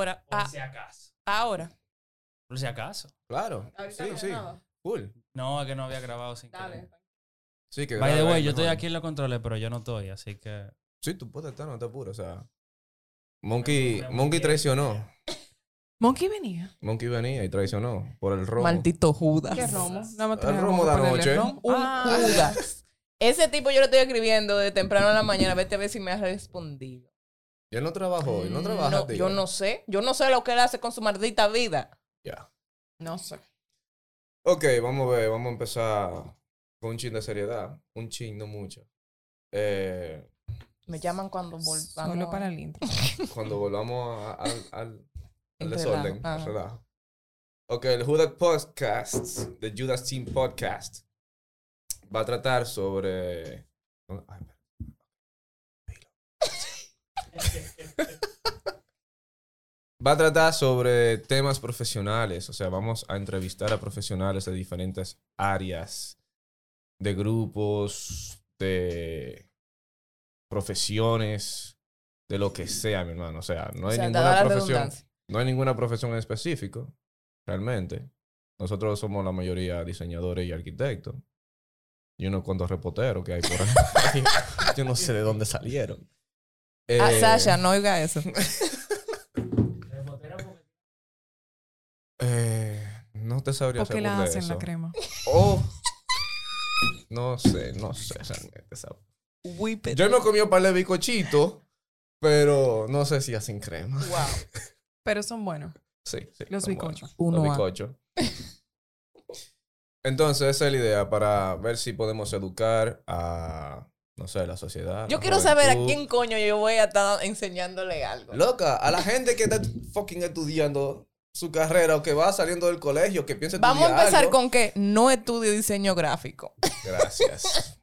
Ahora, Por Ah. a- si acaso. ahora. Por si acaso. Claro. Ahorita Sí, no, sí. no. Cool. No, es que no había grabado sin Dale. querer. Sí, que By the graba way, ahí yo estoy mejor. aquí en los controles, pero yo no estoy, así que. Sí, tú puedes estar, no te apures. O sea, Monkey, Una Monkey mujer. traicionó. Monkey venía. Monkey venía y traicionó por el robo. Maldito Judas. ¿Qué romo? No me El trajeron romo para de ponerle anoche. rom. Un Ah. Judas. Ese tipo yo lo estoy escribiendo de temprano en la mañana. Vete a ver si me ha respondido. Yo no trabajo Mm. hoy, no trabaja, No, tío. yo no sé. Yo no sé lo que él hace con su maldita vida. Ya. No sé. Ok, vamos a ver, vamos a empezar con un chin de seriedad. Un chin, no mucho. Eh, Me llaman cuando volvamos. Solo a- para el intro. cuando volvamos a- al, al- al El desorden, relajo, al ajá. relajo. Ok, el Judas Podcast, The Judas Team Podcast, va a tratar sobre. Ay, espera. Va a tratar sobre temas profesionales, o sea, vamos a entrevistar a profesionales de diferentes áreas, de grupos, de profesiones, de lo que sea, mi hermano. O sea, no O hay sea, dada ninguna la profesión. redundancia. No hay ninguna profesión en específico, realmente. Nosotros somos la mayoría diseñadores y arquitectos. Y unos cuantos repoteros que hay por ahí. Yo no sé de dónde salieron. Ah, Eh, Sasha, no oiga eso. eh, no te sabría ¿Por qué la responder hacen la eso. crema? Oh. No sé, no sé realmente. sabe. Whip it. Yo no he comido par de bicochito, pero no sé si hacen crema. Wow. Pero son buenos. Sí, sí. Los son buenos. bizcochos. Los Uno A. bizcochos. Entonces, esa es la idea para ver si podemos educar a, no sé, la sociedad. Yo Ah, la quiero saber a juventud. quién coño yo voy a estar enseñándole algo. Loca, a la gente que está fucking estudiando su carrera o que va saliendo del colegio, que piensa Vamos a estudiar empezar algo. con que no estudio diseño gráfico. Gracias.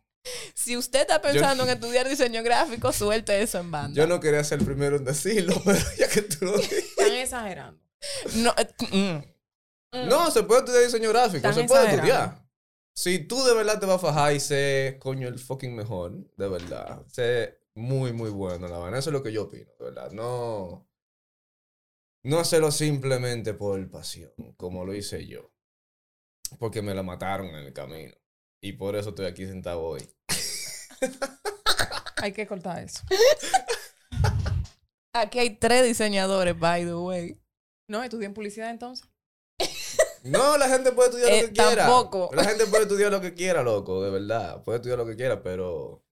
Si usted está pensando en estudiar diseño gráfico, suelte eso en banda. Yo no quería ser el primero en decirlo, pero ya que tú lo dices. Están exagerando. No, eh, mm. No, se puede estudiar diseño gráfico, Están se puede exagerando. estudiar. Si tú de verdad te vas a fajar y sé, coño, el fucking mejor, de verdad. Sé muy, muy bueno, la verdad. Eso es lo que yo opino, de verdad. No. No hacerlo simplemente por pasión, como lo hice yo. Porque me la mataron en el camino. Y por eso estoy aquí sentado hoy. Hay que cortar eso. Aquí hay tres diseñadores, by the way. No, estudié en publicidad entonces. No, la gente puede estudiar Eh, lo que quiera. tampoco. La gente puede estudiar lo que quiera, loco, de verdad. Puede estudiar lo que quiera, pero.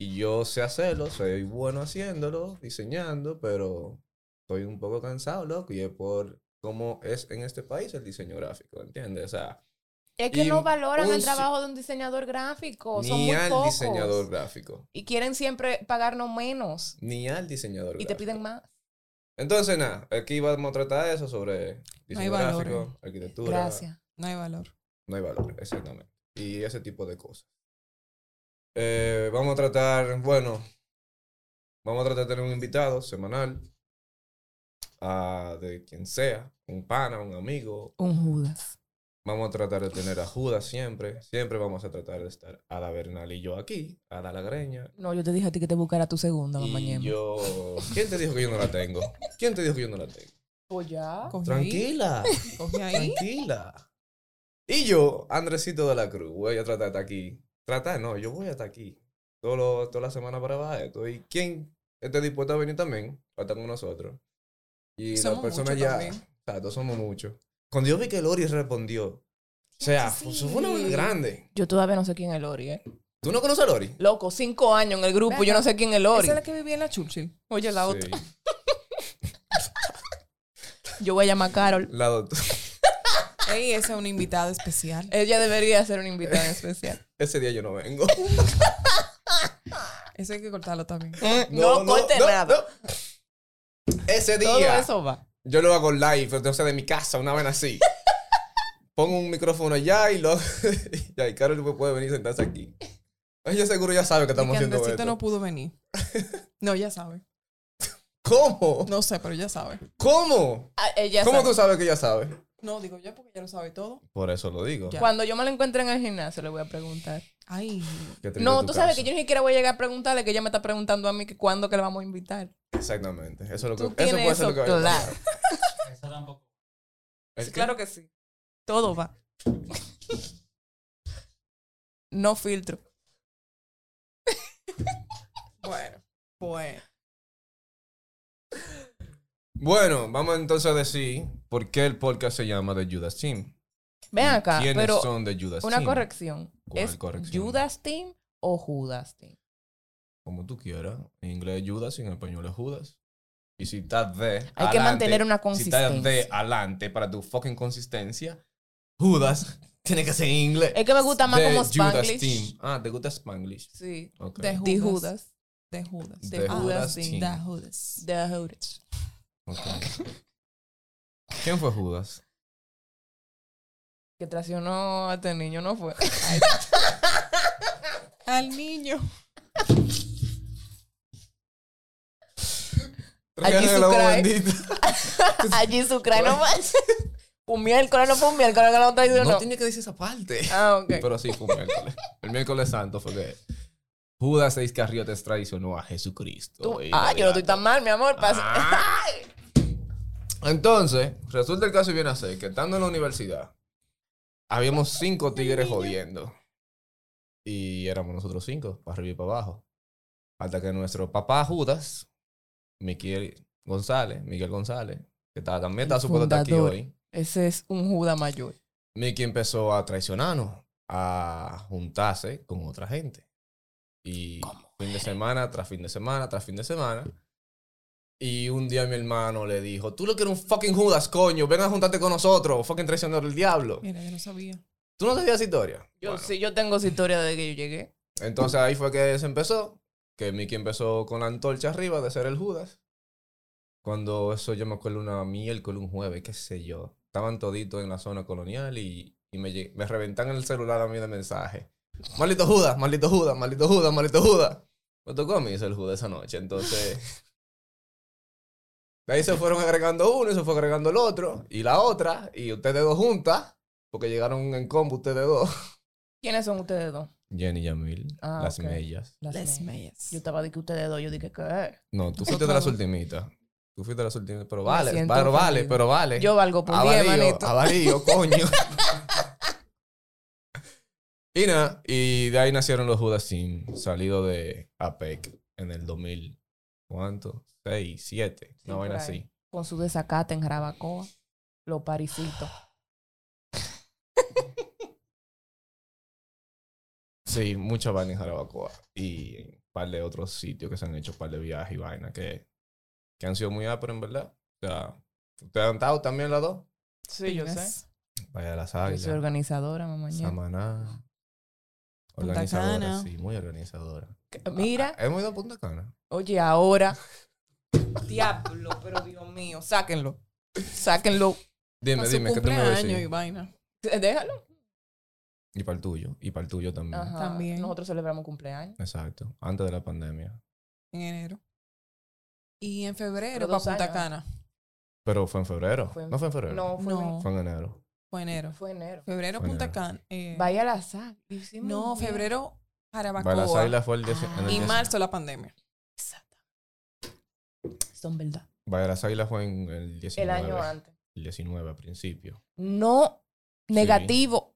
Y yo sé hacerlo, soy bueno haciéndolo, diseñando, pero estoy un poco cansado, loco, y es por cómo es en este país el diseño gráfico, ¿entiendes? O sea, Es que Y no valoran un el trabajo de un diseñador gráfico. ni al diseñador gráfico, Y quieren siempre pagarnos menos. ni al diseñador Y te gráfico. piden más. Entonces, nada, aquí vamos a tratar eso sobre diseño valores. gráfico, arquitectura. Gracias. No hay valor. No hay valor, exactamente. Y ese tipo de cosas. Eh, vamos a tratar, bueno, vamos a tratar de tener un invitado semanal, ah, de quien sea, un pana, un amigo. Un Judas. Vamos a tratar de tener a Judas siempre. Siempre vamos a tratar de estar Ada Bernal y yo aquí, Ada Lagreña. No, yo te dije a ti que te buscara tu segunda, mamá. Y yo. ¿Quién te dijo que yo no la tengo? ¿Quién te dijo que yo no la tengo? Pues ya. Cogí ahí. Tranquila. Cogí ahí. Tranquila. Y yo, Andresito de la Cruz, voy a tratar de estar aquí. Tratar, no, yo voy a estar aquí. Todo lo- toda la semana para bajar esto. ¿Y quién esté Este dispuesto a venir también? Va a estar con nosotros. Y las Somos personas muchos ya. también. Exacto, somos muchos. Cuando yo vi que Lori respondió, o sea, Sí. pues, fue una muy grande. Yo todavía no sé quién es Lori, ¿eh? ¿Tú no conoces a Lori? Loco, cinco años en el grupo, Venga. yo no sé quién es Lori. Esa es la que vivía en la Churchill. Oye, la otra. Sí, Yo voy a llamar a Carol. la doctora. Ey, esa es una invitada especial. Ella debería ser una invitada especial. Ese día yo no vengo. Eso hay que cortarlo también. Mm, No, corte no, nada. no. Ese día. Todo eso va. Yo lo hago live, o sea, de mi casa, una vez así. Pongo un micrófono allá y lo. ya, y Carol puede venir y sentarse aquí. Ella seguro ya sabe que Y estamos que haciendo esto. Andresito no pudo venir. No, ya sabe. ¿Cómo? No sé, pero ya sabe. ¿Cómo? Ah, Ella ¿Cómo sabe. tú sabes que ella sabe? No, digo yo porque ya lo sabe todo. Por eso lo digo. Ya. Cuando yo me la encuentre en el gimnasio, le voy a preguntar. Ay, Que te No, diga tú tu sabes caso. que yo ni siquiera voy a llegar a preguntarle que ella me está preguntando a mí que cuándo que la vamos a invitar. Exactamente. Eso es lo que. Tú eso tienes puede ser lo eso que vaya a claro. pasar. Eso tampoco. ¿El Sí, qué? claro que sí. Todo va. no filtro. bueno, pues. Bueno, vamos entonces a decir por qué el podcast se llama The Judas Team. Ven acá, ¿Quiénes pero son The Judas una Team? corrección. ¿Cuál ¿Es corrección? Judas Team o Judas Team? Como tú quieras. En inglés es Judas, en español es Judas. Y si estás de. Hay que mantener una Si estás de consistencia. adelante para tu fucking consistencia, Judas tiene que ser en inglés. Es que me gusta más The como Judas Spanglish. Team. Ah, ¿te gusta Spanglish? Sí. Ok. De De Judas. Judas. De Judas. The de Judas Judas, sí, Team. De Judas. De Judas. Ok. ¿Quién fue Judas? Que traicionó a este niño, no fue. Al niño. Allí su Trajeron el agua cry. bendita. Allí su cráneo más. Un miércoles no fue un miércoles que lo traicionó. No tenía que decir esa parte. Ah, ok. Pero sí fue un miércoles. El miércoles santo fue que Judas de Iscariotes traicionó a Jesucristo. Tú- Y ah, yo no estoy tan mal, mi amor. pasa- Ah. Entonces, resulta el caso y viene a ser que estando en la universidad, habíamos cinco tigres jodiendo. Y éramos nosotros cinco, para arriba y para abajo. Hasta que nuestro papá Judas, Miguel González, Miguel González, que está, también está supuesto estar aquí fundador. hoy, Ese es un Judas mayor. Mickey empezó a traicionarnos, a juntarse con otra gente. Y fin de semana, tras fin de semana, tras fin de semana. Y un día mi hermano le dijo, tú lo que eres un fucking Judas, coño, ven a juntarte con nosotros, fucking traicionador del diablo. Mira, yo no sabía. ¿Tú no sabías esa historia? Yo Bueno, sí, yo tengo esa historia de que yo llegué. Entonces ahí fue que se empezó, que Mickey empezó con la antorcha arriba de ser el Judas. Cuando eso yo me acuerdo una miércoles, un jueves, qué sé yo. Estaban toditos en la zona colonial y, y me, lle- me reventan el celular a mí de mensaje. Maldito Judas, maldito Judas, maldito Judas, maldito Judas. Me tocó a mí ser el Judas esa noche, entonces... De ahí se fueron agregando uno y se fue agregando el otro y la otra y ustedes dos juntas, porque llegaron en combo ustedes dos. ¿Quiénes son ustedes dos? Jenny Yamil, Ah, las ok. mellas. mías. Les Mayas. Yo estaba de que ustedes dos, yo dije que No, tú fuiste de las ultimitas. Tú fuiste de las ultimitas. Pero Me vale, siento pero vale, ofendida. pero Eh, ah, vale. yo valgo por 10, Avarío, manito. avarío, coño. y nada, y de ahí nacieron los Judas Team, salido de APEC en el 2000. ¿Cuánto? 6, 7, Sí, una vaina por ahí. así. Con su desacate en Jarabacoa. Los parisitos. Sí, mucha vaina en Jarabacoa. Y en un par de otros sitios que se han hecho, un par de viajes y vaina que, que han sido muy áperos, en verdad. O sea, ¿ustedes han estado también las dos? Sí, Pinas. Vaya de las Yo águilas. soy organizadora, mamá. Samaná. Punta Organizadora, Cana. sí, muy organizadora. Ah, Mira, Hemos ido a Punta Cana. oye, ahora. Diablo, pero Dios mío, sáquenlo. Sáquenlo. Dime, Para su dime, ¿qué tú me vas a cumpleaños y decir? vaina. Déjalo. Y para el tuyo, y para el tuyo también. Ajá. También. Nosotros celebramos cumpleaños. Exacto, antes de la pandemia. En enero. Y en Pero febrero para dos Punta años. Cana. Pero fue en febrero. Fue en- No fue en febrero. No, fue, No, Fue en enero. fue enero. fue enero. Febrero Fue Punta enero. Cana. eh, Vaya a la SAC. Hicimos no, bien. febrero Balas Jarabacoa. Águilas fue el 10 Ah. en el Y 10 marzo la pandemia. Exacto. Son verdad. Balas Águilas fue en el 19. El año antes. El 19 a principio. No, negativo.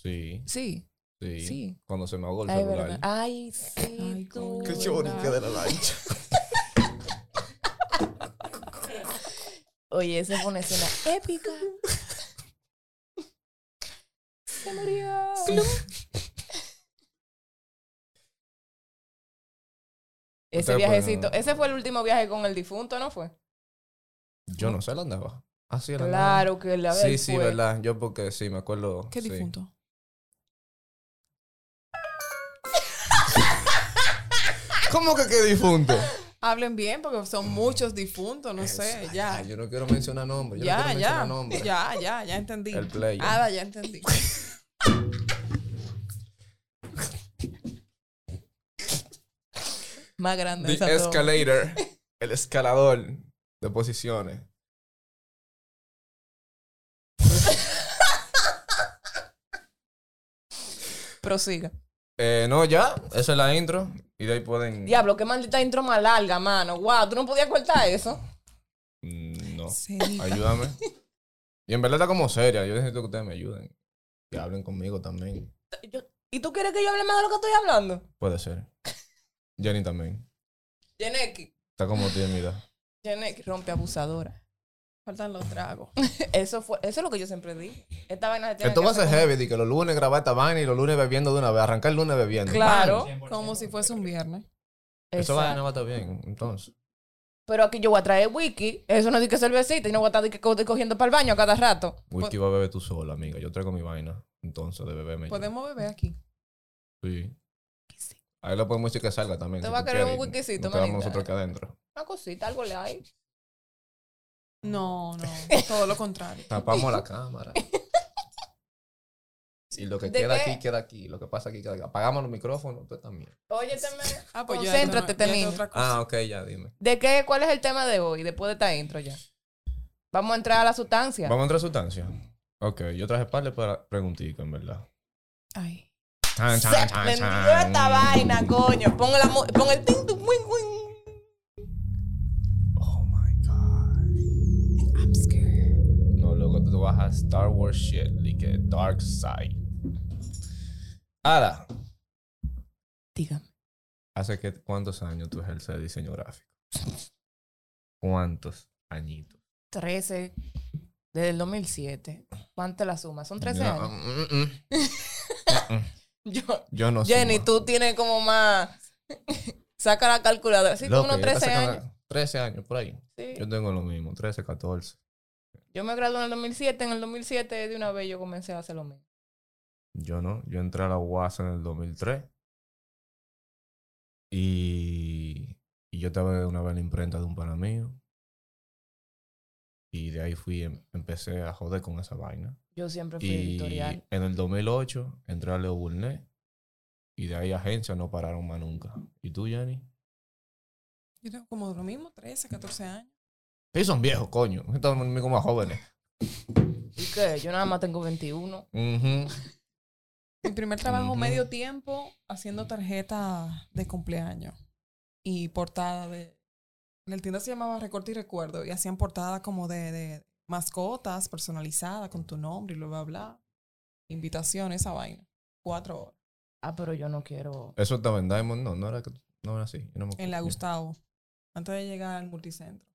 Sí, Sí, sí. sí. Cuando se me ahogó el Ay, Ah, verdad. celular. Ay, sí. Ay, tú. coño. Qué chorica la lancha. Oye, esa fue una escena épica. Se murió. Ese Ustedes viajecito. pueden- Ese fue el último viaje con el difunto, ¿no fue? Yo no sé, él andaba. Ah, sí, él andaba. Claro pues. que la Sí, vez sí, fue. verdad. Yo porque sí, me acuerdo. Qué sí. difunto. ¿Cómo que qué difunto? Hablen bien porque son muchos difuntos, no sé. Ay, Ya. ay, yo no quiero mencionar nombres. Yo no Ya, quiero ya. mencionar nombres. Ya, ya, ya entendí. El player. Ada, ya Ah, entendí. Más grande. The esa todo. escalator. El escalador de posiciones. Prosiga. Eh, no, ya. Esa es la intro. Y de ahí pueden. Diablo, qué maldita intro más larga, mano. Wow, tú no podías cortar eso. Mm, No. Sí. Ayúdame. Y en verdad está como seria. Yo necesito que ustedes me ayuden. Y hablen conmigo también. Yo- ¿Y tú quieres que yo hable más de lo que estoy hablando? Puede ser. Jenny también. Yeneki. Está como tímida. Yeneki, rompe abusadora. Faltan los tragos. Eso fue, eso es lo que yo siempre dije. Esta vaina se tiene Esto que va a ser hacer heavy. De que los lunes grabar esta vaina y los lunes bebiendo de una vez. Arrancar el lunes bebiendo. con- Claro. Como si fuese un viernes. Exacto. Eso va, no va a estar bien. Entonces. Pero aquí yo voy a traer wiki. Eso no es de que cervecita y no voy a estar de que co- de cogiendo para el baño a cada rato. Whisky va a beber tú sola, amiga. Yo traigo mi vaina. Entonces, de beberme. yo. Podemos beber aquí. Sí. Ahí lo podemos decir que salga también. Te si va a tú querer un quieres. whiskycito, Nos quedamos manita. nosotros aquí adentro. Una cosita, algo le hay. No, no. Todo lo contrario. Tapamos la cámara. Y lo que ¿De queda qué? aquí, queda aquí. Lo que pasa aquí, queda aquí. Apagamos los micrófonos, tú también. Óyeteme. Ah, pues ya Concéntrate, esto no- ya Tenín. esto es otra cosa. Ah, ok, ya dime. ¿De qué? ¿Cuál es el tema de hoy? Después de esta intro ya. Vamos a entrar a la sustancia. Vamos a entrar a sustancia. Ok, yo traje par de para preguntico, en verdad. Ay. Chan, Se chan, chan, prendió chan. esta vaina, coño. Pon, la, mu- pon el tin, tin, wing, wing. Oh my god. I'm scared. No, loco, tú vas a Star Wars shit, like Dark Side. Ahora, Dígame. ¿hace que, cuántos años tú ejerces diseño gráfico? ¿Cuántos añitos? 13 desde el 2007. ¿Cuánto la suma? Son 13 Yo- años. mm, mm, mm. Yo- Yo no sé. Jenny, tú tienes como más. Saca la calculadora. Sí, tú Loco, unos yo te 13 sacan la- años. 13 años, por ahí. Sí. Yo tengo lo mismo, 13, 14. Yo me gradué en el 2007. En el 2007 de una vez yo comencé a hacer lo mismo. Yo no, yo entré a la UAS en el 2003. Y, y yo estaba una vez en la imprenta de un pana mío. Y de ahí fui, em- empecé a joder con esa vaina. Yo siempre fui Y editorial. en el 2008 entré a Leo Burnett. Y de ahí agencias no pararon más nunca. ¿Y tú, Jenny? Yo tengo como lo mismo, 13, 14 años. Sí, son viejos, coño. Estamos conmigo más jóvenes. ¿Y qué? Yo nada más tengo 21. Ujú. Mi primer trabajo Ujú. medio tiempo haciendo tarjeta de cumpleaños y portada de... En el tienda se llamaba Recorte y Recuerdo y hacían portadas como de, de mascotas personalizadas con tu nombre y bla, bla, bla. Invitación, esa vaina. Cuatro horas. Ah, pero yo no quiero. Eso estaba en Diamond, no, no era, que- no era así. yo no me En la acuerdo. Gustavo, antes de llegar al multicentro.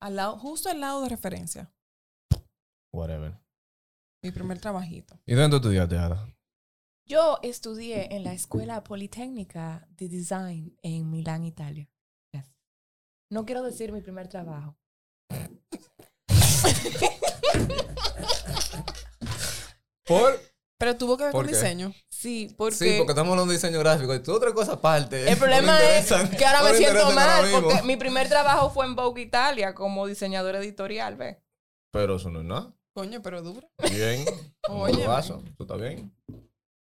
Al lado, justo al lado de referencia. Whatever. Mi primer trabajito. ¿Y dónde estudiaste, Ada? Yo estudié en la Escuela Politécnica de Design en Milán, Italia. Gracias. No quiero decir mi primer trabajo. Por, Pero tuvo que ver ¿Por con qué? diseño. Sí, porque. Sí, porque estamos hablando de diseño gráfico. Y tú otra cosa aparte. El problema No le es interesan- que ahora no me le siento interesan ahora mal mismo. porque mi primer trabajo fue en Vogue Italia como diseñadora editorial, ¿ves? Pero eso no es nada. Coño, pero dura. Bien. Óyeme. Oye. ¿Tú estás bien?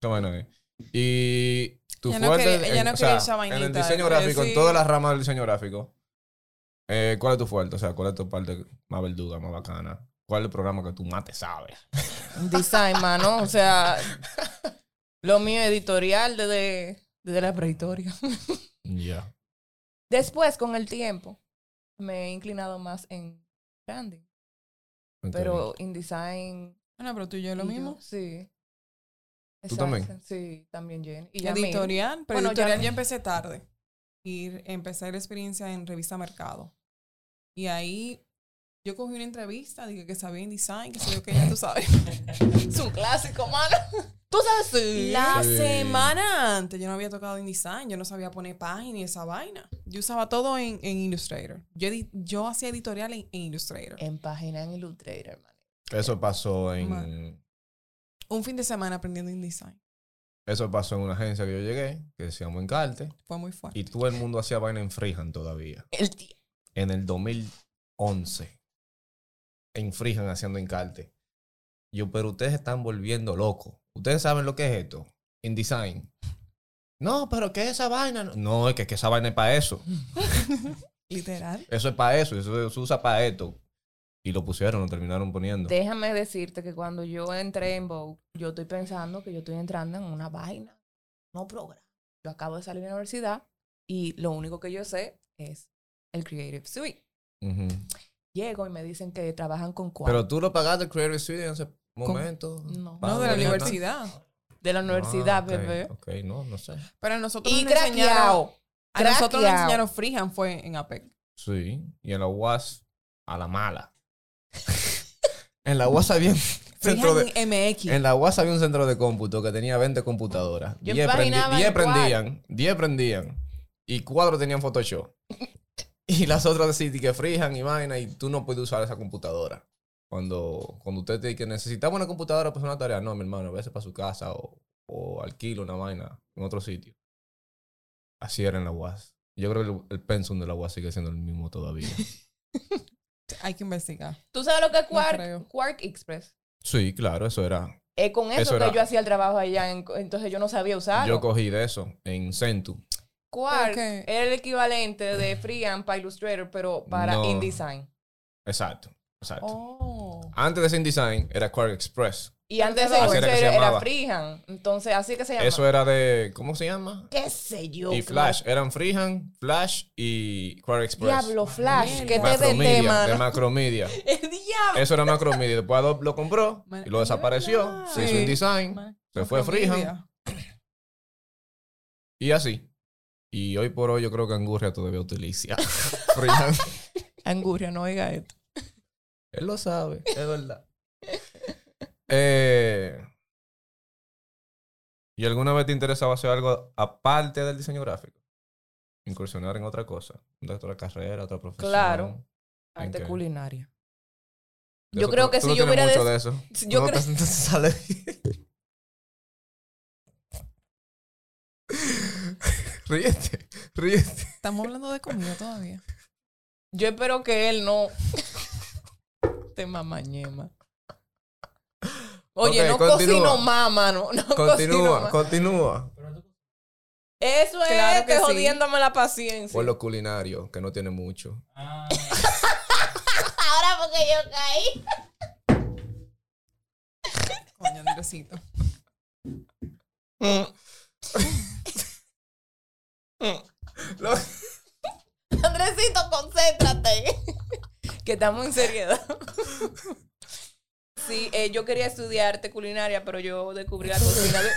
¿Qué bueno es? Y tu Ella no fuerte. quería- ella en, no o quería sea, esa en el vainita, diseño eh, gráfico, sí. en todas las ramas del diseño gráfico. eh, ¿Cuál es tu fuerte? O sea, ¿cuál es tu parte más verduga, más bacana? ¿Cuál es el programa que tú más te sabes? Design, mano. O sea, lo mío editorial desde, desde la prehistoria. Ya. Después, con el tiempo, me he inclinado más en branding. Ok. Pero InDesign. Bueno, pero tú y yo lo y yo- mismo. sí. ¿Tú también? Exacto, Sí, también Jenny. Y Yamil. Editorial, pero Bueno, editorial ya- yo empecé tarde. Y empecé la experiencia en Revista Mercado. Y ahí yo cogí una entrevista, dije que sabía en design, que sé yo que ya tú sabes. Es un clásico, mano. Tú sabes. Sí. La Sí. semana antes yo no había tocado InDesign, yo no sabía poner página y esa vaina. Yo usaba todo en, en Illustrator. Yo, edi- yo hacía editorial en, en Illustrator. En página en Illustrator, hermano. Eso pasó en. Ma- Un fin de semana aprendiendo InDesign. Eso pasó en una agencia que yo llegué, que decíamos Encarte, Fue muy fuerte. y todo el mundo hacía vaina en Freehand todavía. El tío. En el 2011, en Freehand haciendo Encarte. Yo, pero ustedes están volviendo locos. Ustedes saben lo que es esto, InDesign. No, pero ¿qué es esa vaina? No, es que, que esa vaina es para eso. Literal. Eso es para eso, eso se usa para esto. Y lo pusieron, lo terminaron poniendo. Déjame decirte que cuando yo entré en Vogue, yo estoy pensando que yo estoy entrando en una vaina, no programa. Yo acabo de salir de la universidad y lo único que yo sé es el Creative Suite. Ujú. Llego y me dicen que trabajan con cuatro. Pero tú lo pagaste el Creative Studio en ese momento. No. Pago No, de la original. universidad. De la universidad, Ah, ok, bebé. Ok, no, no sé. Pero a nosotros Y nos enseñaron, craqueado. a nosotros nos craqueado. enseñaron freehand fue en APEC. Sí. Y en la UAS, a la mala. en la UAS había un centro de. Freehand en MX. En la UAS había un centro de cómputo que tenía 20 computadoras. Yo 10 imaginaba en cuál. prendían, 10 prendían. Y 4 tenían Photoshop. Y las otras decían que frijan y vaina y tú no puedes usar esa computadora. Cuando, cuando usted te dice que necesitaba una computadora para hacer una tarea, no, mi hermano, vaya para su casa o, o alquilo una vaina en otro sitio. Así era en la UAS. Yo creo que el, el pensum de la UAS sigue siendo el mismo todavía. Hay que investigar. ¿Tú sabes lo que es No Quark? creo. Quark Express. sí, claro, eso era Eh, con eso, Eso que era- yo hacía el trabajo allá, en- entonces yo no sabía usarlo. Yo cogí de eso en Centu. Quark Creo que- era el equivalente de Freehand para Illustrator, pero para No. InDesign. Exacto. Exacto. Oh. Antes de InDesign era Quark Express. Y antes de Así era que se Illustrator era llamaba. Freehand. Entonces, así que se llama. Eso era de. ¿Cómo se llama? ¿Qué sé yo? Y Flash. Eran Freehand, Flash y Quark Express. Diablo, este Flash, que te dete, Macromedia. De mano. Macromedia. El diablo. Eso era Macromedia. Después Adobe lo compró Man- y lo desapareció. ¿verdad? Se hizo Sí. InDesign. Se fue Freehand. Y así. Y hoy por hoy yo creo que Angurria todavía utiliza Freehand. Anguria, no oiga esto. Él lo sabe, es verdad. Eh, ¿Y alguna vez te interesaba hacer algo aparte del diseño gráfico? Incursionar en otra cosa, de otra carrera, otra profesión. Claro. ¿En Arte qué? culinaria. De Yo eso creo tú- que tú si no yo hubiera tienes mucho des- de eso. si Tú yo no cre- te- no te sale bien. ríete, ríete. Estamos hablando de comida todavía. Yo espero que él no te mamañema. Oye, Ok, no continúa. cocino más, mano. No cocino Continúa, más. continúa. Eso es Claro que que sí. jodiéndome la paciencia. Por lo culinario, que no tiene mucho. Ah, Ahora porque yo caí. Coño, Andresito. Lo- Andresito, concéntrate. que estamos en seriedad. sí, eh, yo quería estudiar arte culinaria, pero yo descubrí la cocina. de-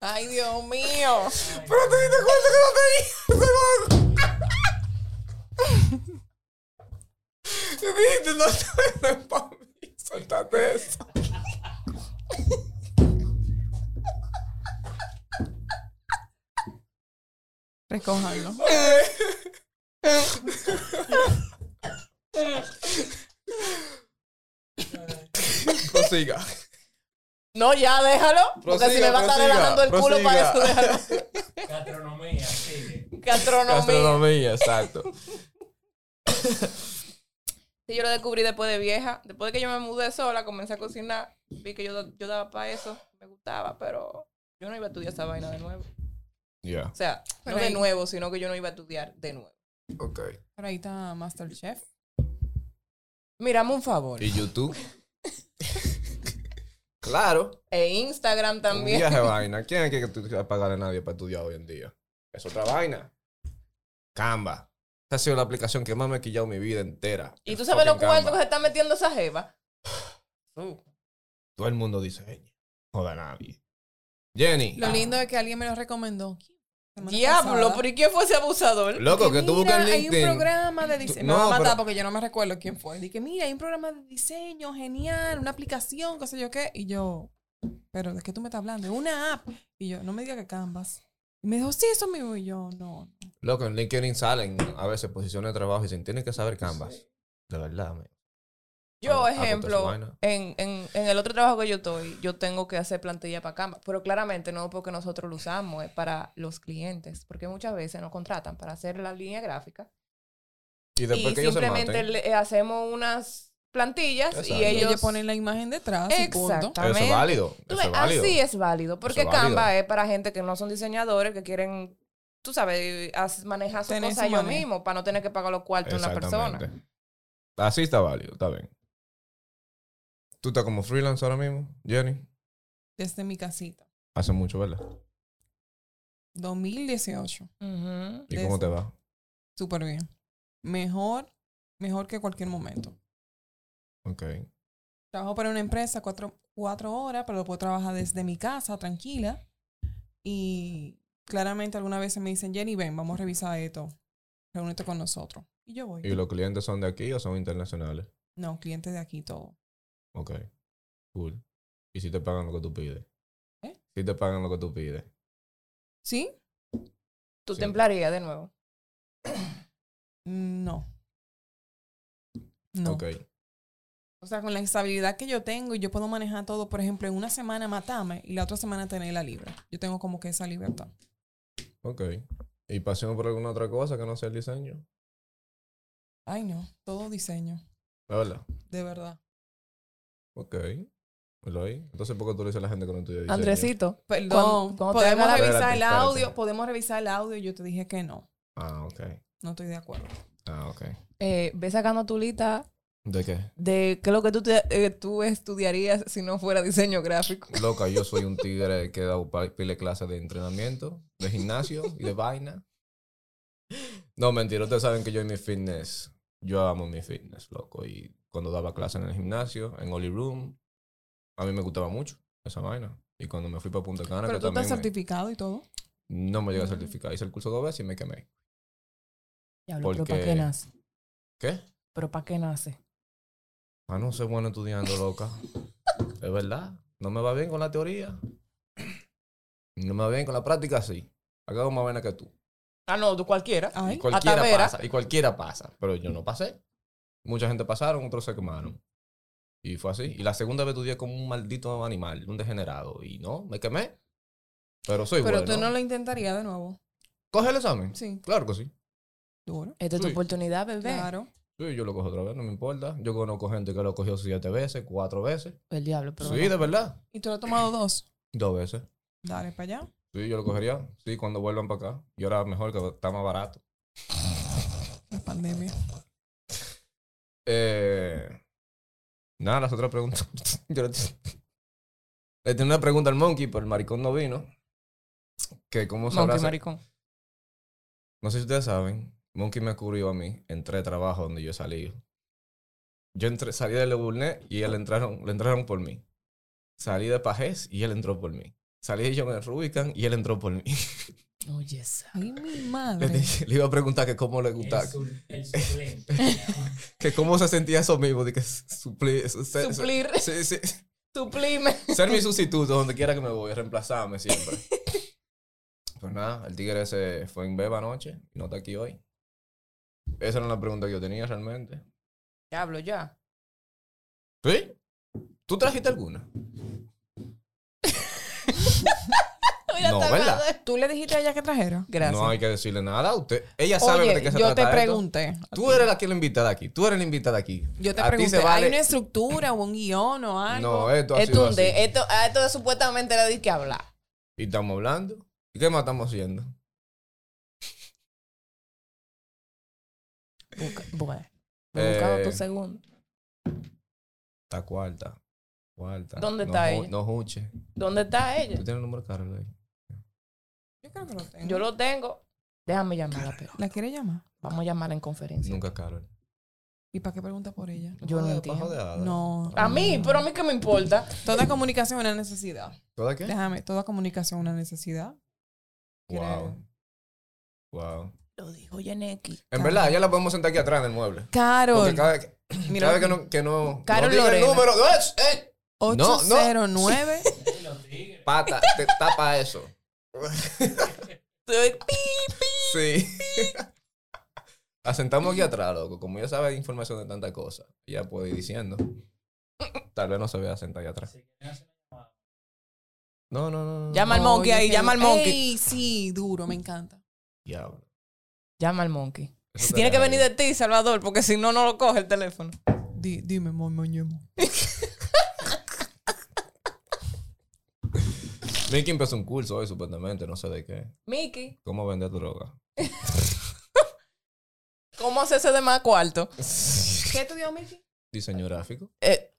Ay, Dios mío. Dijiste, no te no es pa' mí. Suéltate eso. Recójanlo. Prosiga. No, ya déjalo. Porque si Prosiga, me va a estar prosiga, relajando el culo prosiga. para eso, déjalo. gastronomía, sigue. Gastronomía. Gastronomía, exacto. Sí, yo lo descubrí después de vieja. Después de que yo me mudé sola, comencé a cocinar. Vi que yo, yo daba para eso. Me gustaba, pero yo no iba a estudiar esa vaina de nuevo. Ya. O sea, Pero no de ahí- nuevo, sino que yo no iba a estudiar de nuevo. Ok. Pero ahí está Masterchef. Mírame un favor. ¿Y YouTube? claro. E Instagram Un también. viaje vaina. ¿Quién es que que tú- que pagarle a nadie para estudiar hoy en día? Es otra vaina. Canva. Esa ha sido la aplicación que más me ha quillado mi vida entera. Y El tú sabes los fucking cuartos que Canva. se está metiendo esa jeva. Todo el mundo dice, "Ey, joda a nadie. Jenny. Lo lindo es que alguien me lo recomendó. Semana Diablo, pasada. pero ¿y quién fue ese abusador? Loco, que mira, tú buscas en Hay un LinkedIn. programa de diseño. Tú- Me va a no, matar pero- porque yo no me recuerdo quién fue. Dije, mira, hay un programa de diseño genial, una aplicación, qué sé yo qué. Y yo, pero ¿de qué tú me estás hablando? Una app. Y yo, no me digas que Canvas. Y me dijo, sí, eso mismo. Y yo, no. Loco, en LinkedIn salen a veces posiciones de trabajo y dicen, tienes que saber Canvas. De verdad, man. Yo, Ah, ah, pues, ejemplo, why not? en, en, en el otro trabajo que yo estoy, yo tengo que hacer plantilla para Canva. Pero claramente no porque nosotros lo usamos, es para los clientes. Porque muchas veces nos contratan para hacer la línea gráfica. Y después y que ellos se simplemente maten. le eh, hacemos unas plantillas Exacto. y Y ellos ellos... ponen la imagen detrás. y punto. Eso es válido. Tú Eso es ves, válido. Así es válido, porque Eso es válido. Canva es para gente que no son diseñadores, que quieren tú sabes, haz- manejas sus Tener cosas su yo manejo. mismo para no tener que pagar los cuartos a una persona. Exactamente. Así está válido, está bien. ¿Tú estás como freelance ahora mismo, Jenny? desde mi casita. Hace mucho, ¿verdad? 2018. Ujú. ¿Y Desde- cómo te va? Súper bien. Mejor, mejor que cualquier momento. Ok. Trabajo para una empresa cuatro, cuatro horas, pero puedo trabajar desde mi casa, tranquila. Y claramente algunas veces me dicen, Jenny, ven, vamos a revisar esto. Reúnete con nosotros. Y yo voy. ¿Y los clientes son de aquí o son internacionales? No, clientes de aquí todo. Ok. Cool. ¿Y si te pagan lo que tú pides? ¿Eh? Si te pagan lo que tú pides. ¿Sí? Tú Sí. templarías de nuevo. Mm, No. No. Ok. O sea, con la estabilidad que yo tengo y yo puedo manejar todo, por ejemplo, en una semana matarme y la otra semana tenerla libre. Yo tengo como que esa libertad. Ok. ¿Y pasión por alguna otra cosa que no sea el diseño? Ay, no. Todo diseño. La verdad. De verdad. Ok. Lo ahí. Entonces, ¿por qué tú le dices a la gente que no estudia diseño? Andresito. Perdón. Cuando- cuando te podemos haga la- revisar Espérate, el espérate. audio. Podemos revisar el audio. Yo te dije que no. Ah, ok. No estoy de acuerdo. Ah, ok. Eh, ve sacando tu lista ¿De qué? de qué es lo que tú, te- eh, tú estudiarías si no fuera diseño gráfico. Loca, yo soy un tigre que he dado pa- pile de clases de entrenamiento, de gimnasio y de vaina. No, mentira, ustedes saben que yo en mi fitness, yo amo mi fitness, loco. Y cuando daba clases en el gimnasio, en Holy Room, a mí me gustaba mucho esa vaina. Y cuando me fui para Punta Cana, Pero que tú estás también me- certificado eh. y todo. no me llegué a Mm. certificar. Hice el curso dos veces y me quemé. Ya pero ¿pa' pero Porque- ¿para qué qué nace? ¿Qué? ¿Pero para qué nace? Ah, no soy bueno estudiando, loca. es verdad. No me va bien con la teoría. No me va bien con la práctica, sí. Acabo más buena que tú. Ah, no, tú cualquiera. Y Ay. cualquiera Atavera. pasa, y cualquiera pasa. Pero yo no pasé. Mucha gente pasaron, otros se quemaron. Y fue así. Y la segunda vez estudié como un maldito animal, un degenerado. Y no, me quemé. Pero soy Pero bueno. tú no lo intentarías de nuevo. ¿Coge el examen? Sí. Claro que sí. Duro. Esta es tu Sí. oportunidad, bebé. Claro. Sí, yo lo cojo otra vez, no me importa. Yo conozco gente que lo cogió siete veces, cuatro veces. El diablo, pero sí, no. de verdad. Y tú lo has tomado dos. Dos veces. Dale para allá. Sí, yo lo cogería. Sí, cuando vuelvan para acá. Y ahora mejor que está más barato. La pandemia. Eh, nada, las otras preguntas. Yo le le tenía una pregunta al Monkey, pero el maricón no vino. Que cómo sabrá Monkey hacer- maricón. No sé si ustedes saben, Monkey me cubrió a mí en tres trabajos donde yo salí. Yo entré, salí de Le Bournet y él entraron, le entraron por mí. Salí de Pajés y él entró por mí. Salí de John Rubicon y él entró por mí. Oye, esa. Ay, mi Le, madre. dije- le iba a preguntar que cómo le gustaba, El, sul- el suplente. que cómo se sentía eso mismo, de que suplir, su- se- se- Suplir, sí, sí. suplime. Ser mi sustituto donde quiera que me voy, reemplazarme siempre. pues nada, el tigre ese fue en beba anoche y no está aquí hoy. Esa era la pregunta que yo tenía realmente. Diablo, ya. ¿Sí? ¿Tú trajiste alguna? Mira, No, está ¿verdad? hablando de- ¿Tú le dijiste a ella que trajera? Gracias. No hay que decirle nada a usted. Ella sabe de qué Oye, se yo trata te esto. pregunté. Tú eres la que la invitada aquí. Tú eres la invitada aquí. Yo te a ti pregunté. se vale- ¿Hay una estructura o un guión o algo? No, eh. esto ha Esto, sido un así. de- esto, a esto supuestamente era de que hablar. Y estamos hablando. ¿Y qué más estamos haciendo? Busca- bueno, Eh, buscando tu segundo. Está cuarta. Cuarta. ¿Dónde No está ju- ella? No juche. ¿Dónde está ¿Tú ella? tienes el número de Carol ahí? Yo creo que lo tengo. Yo lo tengo. Déjame llamarla, pero. ¿La quiere llamar? Vamos a llamarla en conferencia. Nunca Carol. ¿Y para qué pregunta por ella? Yo no Joder, entiendo. jodeada. No. Ah, A mí, pero a mí que me importa. Toda comunicación es una necesidad. ¿Toda qué? Déjame, toda comunicación es una necesidad. Wow. creo. Wow. Lo dijo Yaneki. En verdad, ya la podemos sentar aquí atrás en el mueble. Porque Carol, cada, cada mira, vez que no, que no, Carol no diga el Lorena. número, ¡eh! eh, No, no. 809. Sí, los tigres. pata, te tapa eso. Sí. La sentamos aquí atrás, loco. Como ella sabe información de tanta cosa, ella puede ir diciendo. Tal vez no se vea sentar ahí atrás. Si quieren hacer una llamada. No, no, no. no. Llama al monkey ahí, llama al monkey. Ey, sí, duro, me encanta. Diablo. Llama al monkey. Eso Tiene que venir estaría de ti, Salvador, porque si no, no lo coge el teléfono. Di- dime, moñemo. Mickey empezó un curso hoy, supuestamente, no sé de qué. Mickey, ¿Cómo vender droga? ¿cómo hacerse de más cuarto? ¿Qué estudió Mickey? Diseño gráfico. Eh,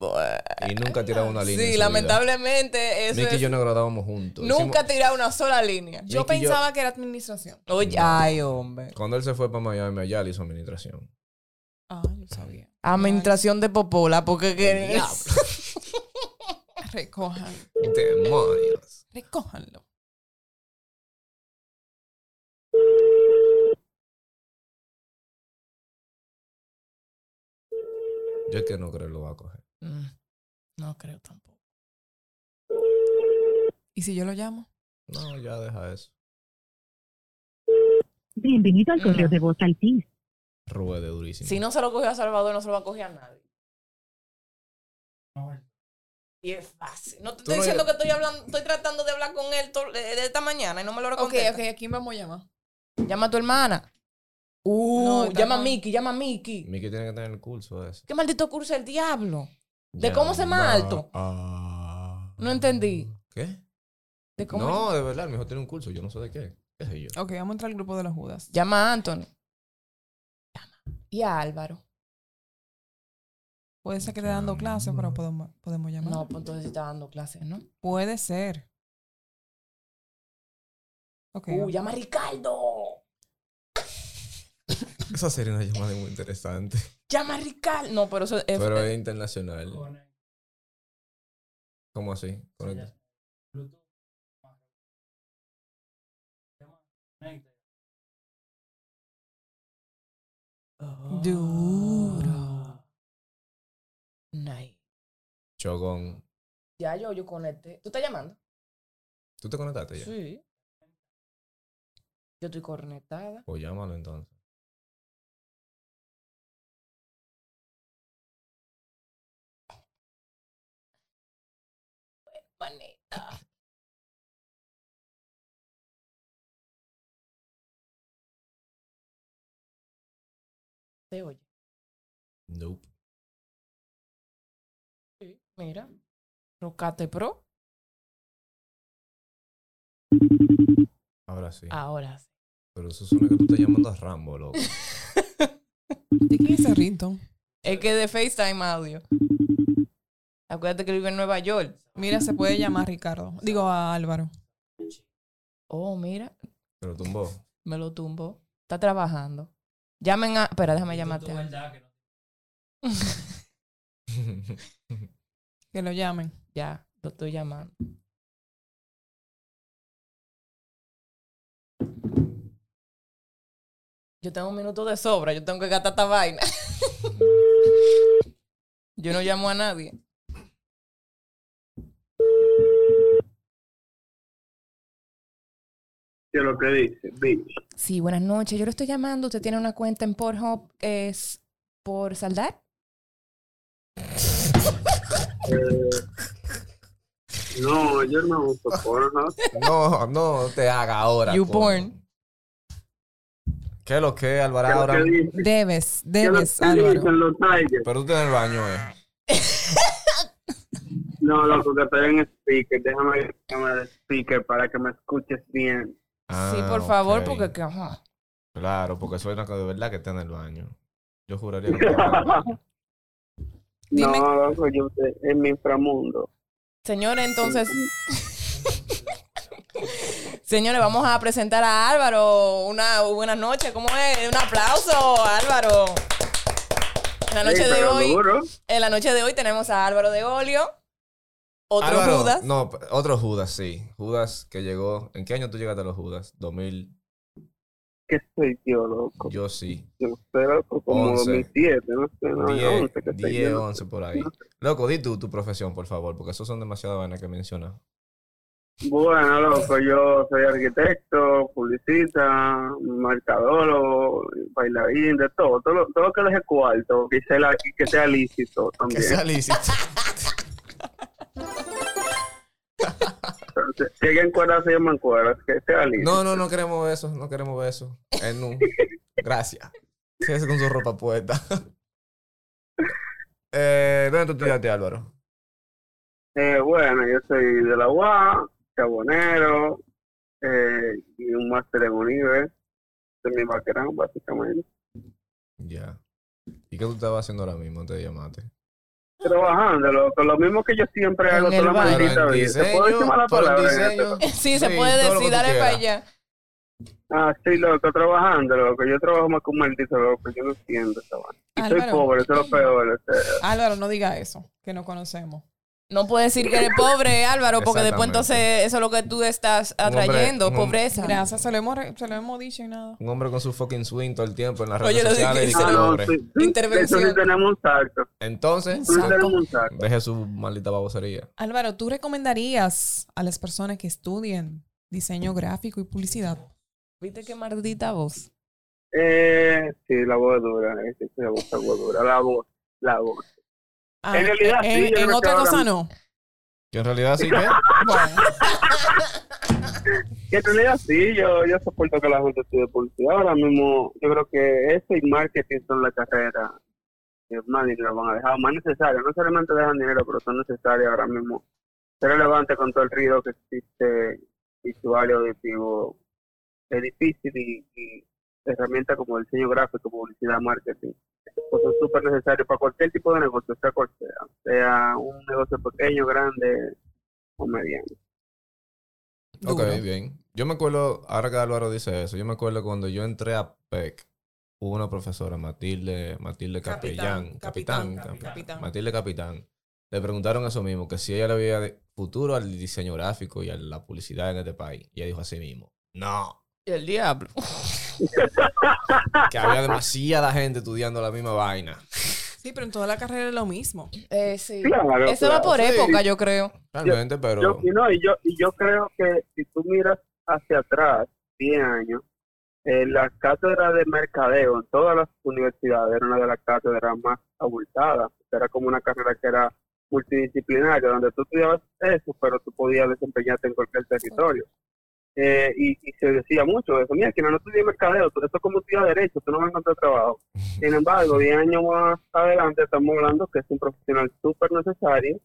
bueno, Y nunca tiraba una línea. en sí, su vida. lamentablemente eso Mickey y es- yo nos graduábamos juntos. Nunca Hicimos- tiraba una sola línea. Yo Mickey y yo- pensaba que era administración. Oye, No. ay, hombre. Cuando él se fue para Miami, allá le hizo administración. Ah, yo sabía. Administración de Popola, porque que... Recojan, Demonios. recójanlo. Yo es que no creo que lo va a coger. Mm, No creo tampoco. ¿Y si yo lo llamo? No, ya deja eso. Bienvenido al correo de voz al TIS. Ruede durísimo. Mm, Si no se lo cogió a Salvador, no se lo va a coger a nadie. Y es fácil. No te estoy no diciendo que llegas- estoy hablando, estoy tratando de hablar con él to- eh, de de esta mañana y no me lo Ok, recontesta. ok, ¿a quién vamos a llamar? Llama a tu hermana. No, Uh, está llama a mal. Mickey, llama a Mickey. Mickey tiene que tener el curso ese. ¿Qué maldito curso el diablo? ¿De Ya, cómo ser más va, alto? ah. No entendí. ¿Qué? ¿De cómo- No, de verdad, mi hijo tiene un curso. Yo no sé de qué. ¿Qué sé yo? Ok, vamos a entrar al grupo de los Judas. Llama a Anthony. Llama. Y a Álvaro. Puede ser que esté dando clases, Mm. pero podemos, podemos llamar. No, pues entonces sí está dando clases, ¿no? Puede ser. Ok. Uh, llama a Ricardo. Esa sería una llamada muy interesante. Llama a Ricardo. No, pero eso es. Pero es internacional. Con el- ¿Cómo así? Conecta. ya. Bluetooth. Llama, conecta. Duro. Nice. Chogón. Ya yo, yo conecté. ¿Tú estás llamando? ¿Tú te conectaste ya? Sí. Yo estoy conectada. Pues llámalo entonces. Manita. ¿Te oye? Nope. Sí. Mira. Rocate Pro. Ahora sí. Ahora sí. Pero eso suena que tú estás llamando a Rambo, loco. ¿De quién es ese ringtone? Es que de FaceTime audio. Acuérdate que vive en Nueva York. Mira, se puede llamar Ricardo. Digo a Álvaro. Oh, mira. Pero tumbó. Me lo tumbo. Está trabajando. Llamen a. Espera, déjame Tú, llamarte. tú, a- verdad que no. Que lo llamen. Ya, lo estoy llamando. Yo tengo un minuto de sobra, yo tengo que gastar esta vaina. Yo no llamo a nadie. que lo que dice, bitch. Sí, buenas noches. Yo lo estoy llamando. Usted tiene una cuenta en Pornhub que es por saldar. No, yo no uso Pornhub. no, no te haga ahora. YouPorn. coño. ¿Qué es lo que es, ¿Qué es Alvarado? lo que ahora? dice? Debes, ¿Qué es lo debes, que Álvaro. dicen los Tigers? Pero tú estás en el baño, eh. No, loco, que estoy en speaker. Déjame cambiar el speaker para que me escuches bien. sí, Ah, por favor, ok. porque que, ajá. Claro, porque suena que de verdad que está en el baño. Yo juraría que está en el baño. Dime. No, loco, yo estoy en mi inframundo. Señores, entonces, señores, vamos a presentar a Álvaro. Una buena noche, ¿cómo es? Un aplauso, Álvaro. En la noche Sí, de pero hoy, duro. en la noche de hoy tenemos a Álvaro de Olio, otro Álvaro, Judas. No, p- otro Judas, sí. Judas que llegó. ¿En qué año tú llegaste a los Judas? 2000. ¿Qué soy yo, loco? Yo sí. Yo sé, loco, como Once. 2007, no sé, no, 10, 11, que sé 10, yo. 11 por ahí. Loco, di tú tu profesión, por favor, porque esos son demasiadas vainas que mencionas. Bueno, loco, yo soy arquitecto, publicista, mercadólogo, bailarín, de todo, todo, lo- todo lo que deje cuarto, que sea, la- que sea lícito también. lícito. Entonces, Si alguien cuerda, se llaman cuerdas, que sea lícito. No, no, no queremos eso, no queremos eso. Eh, no. Gracias. Quédese con su ropa puesta. Eh, ¿Dónde tú estudiaste, Álvaro? Eh, bueno, yo soy de la UA, chabonero eh, y un máster en Unive de mi background, básicamente. Ya. ¿Y qué tú estabas haciendo ahora mismo antes de llamarte? Trabajando, loco, lo mismo que yo siempre En hago el toda la baño. maldita Pero en vida. ¿Se puede decir mala pero en palabra? en este diseño, esto? Sí, se Sí, puede todo decir, lo que tú dale para quieras. allá. Ah, sí, loco, trabajando, loco. Yo trabajo más que un maldito loco, yo no entiendo esa vaina. Y soy Álvaro. pobre, eso es lo peor. o sea. Álvaro, no diga eso, que no conocemos. No puedes decir que eres pobre, Álvaro, porque después Exactamente. entonces eso es lo que tú estás hombre- atrayendo, un- pobreza. Gracias, se lo hemos, re- se lo hemos dicho y nada. Un hombre con su fucking swing todo el tiempo en las Oye, redes lo de sociales. que y se que Ah, lo- no, pobre. sí, sí, Intervención. De hecho, sí tenemos un salto. Entonces, Sí Exacto. tenemos un salto. deje su maldita babosería. Álvaro, ¿tú recomendarías a las personas que estudien diseño gráfico y publicidad? ¿Viste qué maldita voz? Eh, sí, la voz es dura. eh, sí, sí, la voz está dura. La voz, la voz. Ah, En realidad, sí, en, yo en creo otra que cosa ahora- no. Que en realidad sí que. Bueno, Y en realidad sí, yo, yo soporto que la gente estudie publicidad. Ahora mismo yo creo que eso y marketing son la carrera que más dinero van a dejar, más necesaria. No solamente dejan dinero, pero son necesarias ahora mismo. Ser relevante con todo el ruido que existe visual y auditivo es difícil y, y herramientas como diseño gráfico, publicidad, marketing, pues son súper necesarias para cualquier tipo de negocio, sea cual sea, sea un negocio pequeño, grande o mediano. Ok, duro. bien. Yo me acuerdo, ahora que Álvaro dice eso, yo me acuerdo cuando yo entré a PEC, hubo una profesora, Matilde, Matilde Capellán, capitán, Capitán, capitán, cap- capitán. Matilde Capitán, le preguntaron eso mismo, que si ella le veía de- futuro al diseño gráfico y a la publicidad en este país. Y ella dijo así mismo, no, El diablo. que había demasiada gente estudiando la misma vaina. Sí, pero en toda la carrera es lo mismo. Eh, sí. Claro, Eso va claro, por sí. época, yo creo. Realmente, Yo, pero... y, no, y, yo, y yo creo que si tú miras hacia atrás, 10 años, eh, la cátedra de mercadeo en todas las universidades era una de las cátedras más abultadas. Era como una carrera que era multidisciplinaria, donde tú estudiabas eso, pero tú podías desempeñarte en cualquier territorio. Eh, y, y se decía mucho eso. Mira, que no estudié mercadeo, tú- eso es como estudiar derecho, tú no vas a encontrar trabajo. Sin embargo, 10 años más adelante estamos hablando que es un profesional súper necesario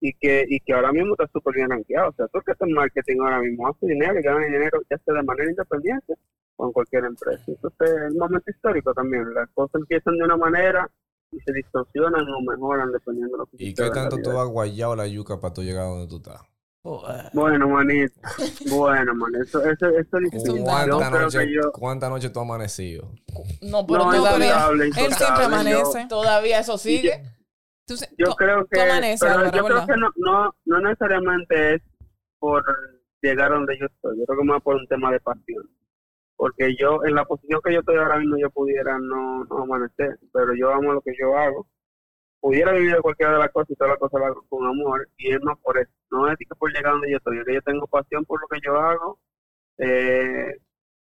y que, y que ahora mismo está súper bien rankeado. O sea, tú el que estás en marketing ahora mismo hace dinero y gana dinero ya sea de manera independiente o en cualquier empresa. Entonces, es un momento histórico también. Las cosas empiezan de una manera y se distorsionan o mejoran dependiendo de lo que ¿Y suceda qué en la tanto tú vida. has guayado la yuca para tú llegar donde tú estás? Bueno, manito. Bueno, man, eso, eso, eso es Es un difícil. dato. Yo ¿Cuántas creo noches que yo... noche tú has amanecido? No, pero No, todavía, incontable, Él siempre incontable. Yo- amanece. todavía eso sigue. Tú se- yo co- creo que, coman esa, pero Álvaro, yo creo ¿verdad? que no, no, no necesariamente es por llegar a donde yo estoy, yo creo que más por un tema de pasión. Porque yo, en la posición que yo estoy ahora mismo, yo pudiera no, no amanecer, pero yo amo lo que yo hago. Pudiera vivir de cualquiera de las cosas y todas las cosas las hago con amor, y es más por eso. No es que por llegar a donde yo estoy, es que yo tengo pasión por lo que yo hago, eh,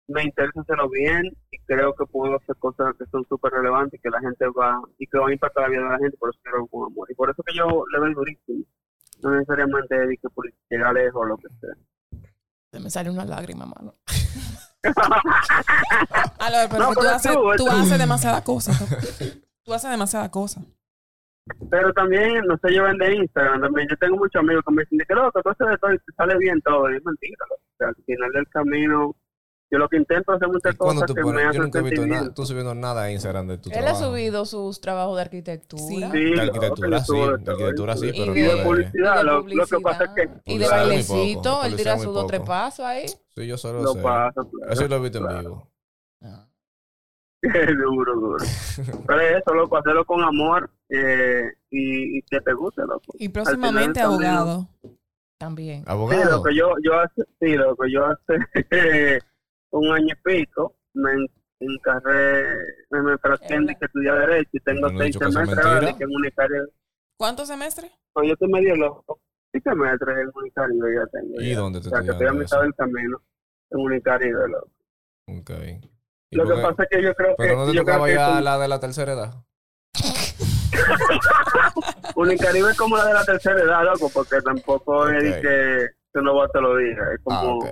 me interesa hacerlo bien y creo que puedo hacer cosas que son súper relevantes y que la gente va y que van a impactar la vida de la gente, por eso quiero con amor. Y por eso que yo le doy durísimo. No necesariamente de que por llegar lejos o lo que sea. Se me sale una lágrima, mano. Álvaro, pero No, que tú, pero haces, tú, tú tú. haces demasiada cosa. Tú, Tú haces demasiada cosa. Pero también no se lleven de Instagram. También yo tengo muchos amigos que me dicen que loco, tú haces de todo y te sale bien todo. Y es mentira. loco. O sea, al final del camino, yo lo que intento es hacer muchas ¿Y cuándo cosas tú que me pones? Yo hacen nunca he sentir visto bien. nada, tú subiendo nada a Instagram de tu Él ha trabajo. subido sus trabajos de arquitectura. Sí. Sí, De loco, arquitectura yo sí, subo de todo, yo arquitectura sí, subo. pero Y Y no de de- de... publicidad, Y de lo, lo que pasa es que publicidad. Y de Publicidad muy poco, bailecito, él publicidad tira muy sus dos tres poco. pasos ahí. Sí, yo solo lo pues. sé. pasa. Eso yo lo he visto en Claro. vivo. duro, duro. Pero es eso, loco, hacerlo con amor eh, y, y que te guste, loco. Y próximamente también- abogado. También. Sí, Abogado. loco, yo, yo hace, sí, loco, yo hace un año y pico me en- encarré, me, me enfrasqué en que estudié Derecho y tengo Yo no he seis dicho que sea semestres ahora mentira. de que en Unicario. ¿Cuántos semestres? Pues yo estoy medio loco. Seis semestres en Unicario ya tengo. ¿Y ya. dónde te O sea, que estoy a estudiaste mitad eso? del camino en Unicario, loco. Ok. ¿Y Lo por que qué- pasa es que yo creo que... Pero no te yo creo tocaba que es ya un- la de la tercera edad. Unicaribe es como la de la tercera edad, loco, porque tampoco Ok. es de que tú no vas te lo diga. Es como. Ah, ok.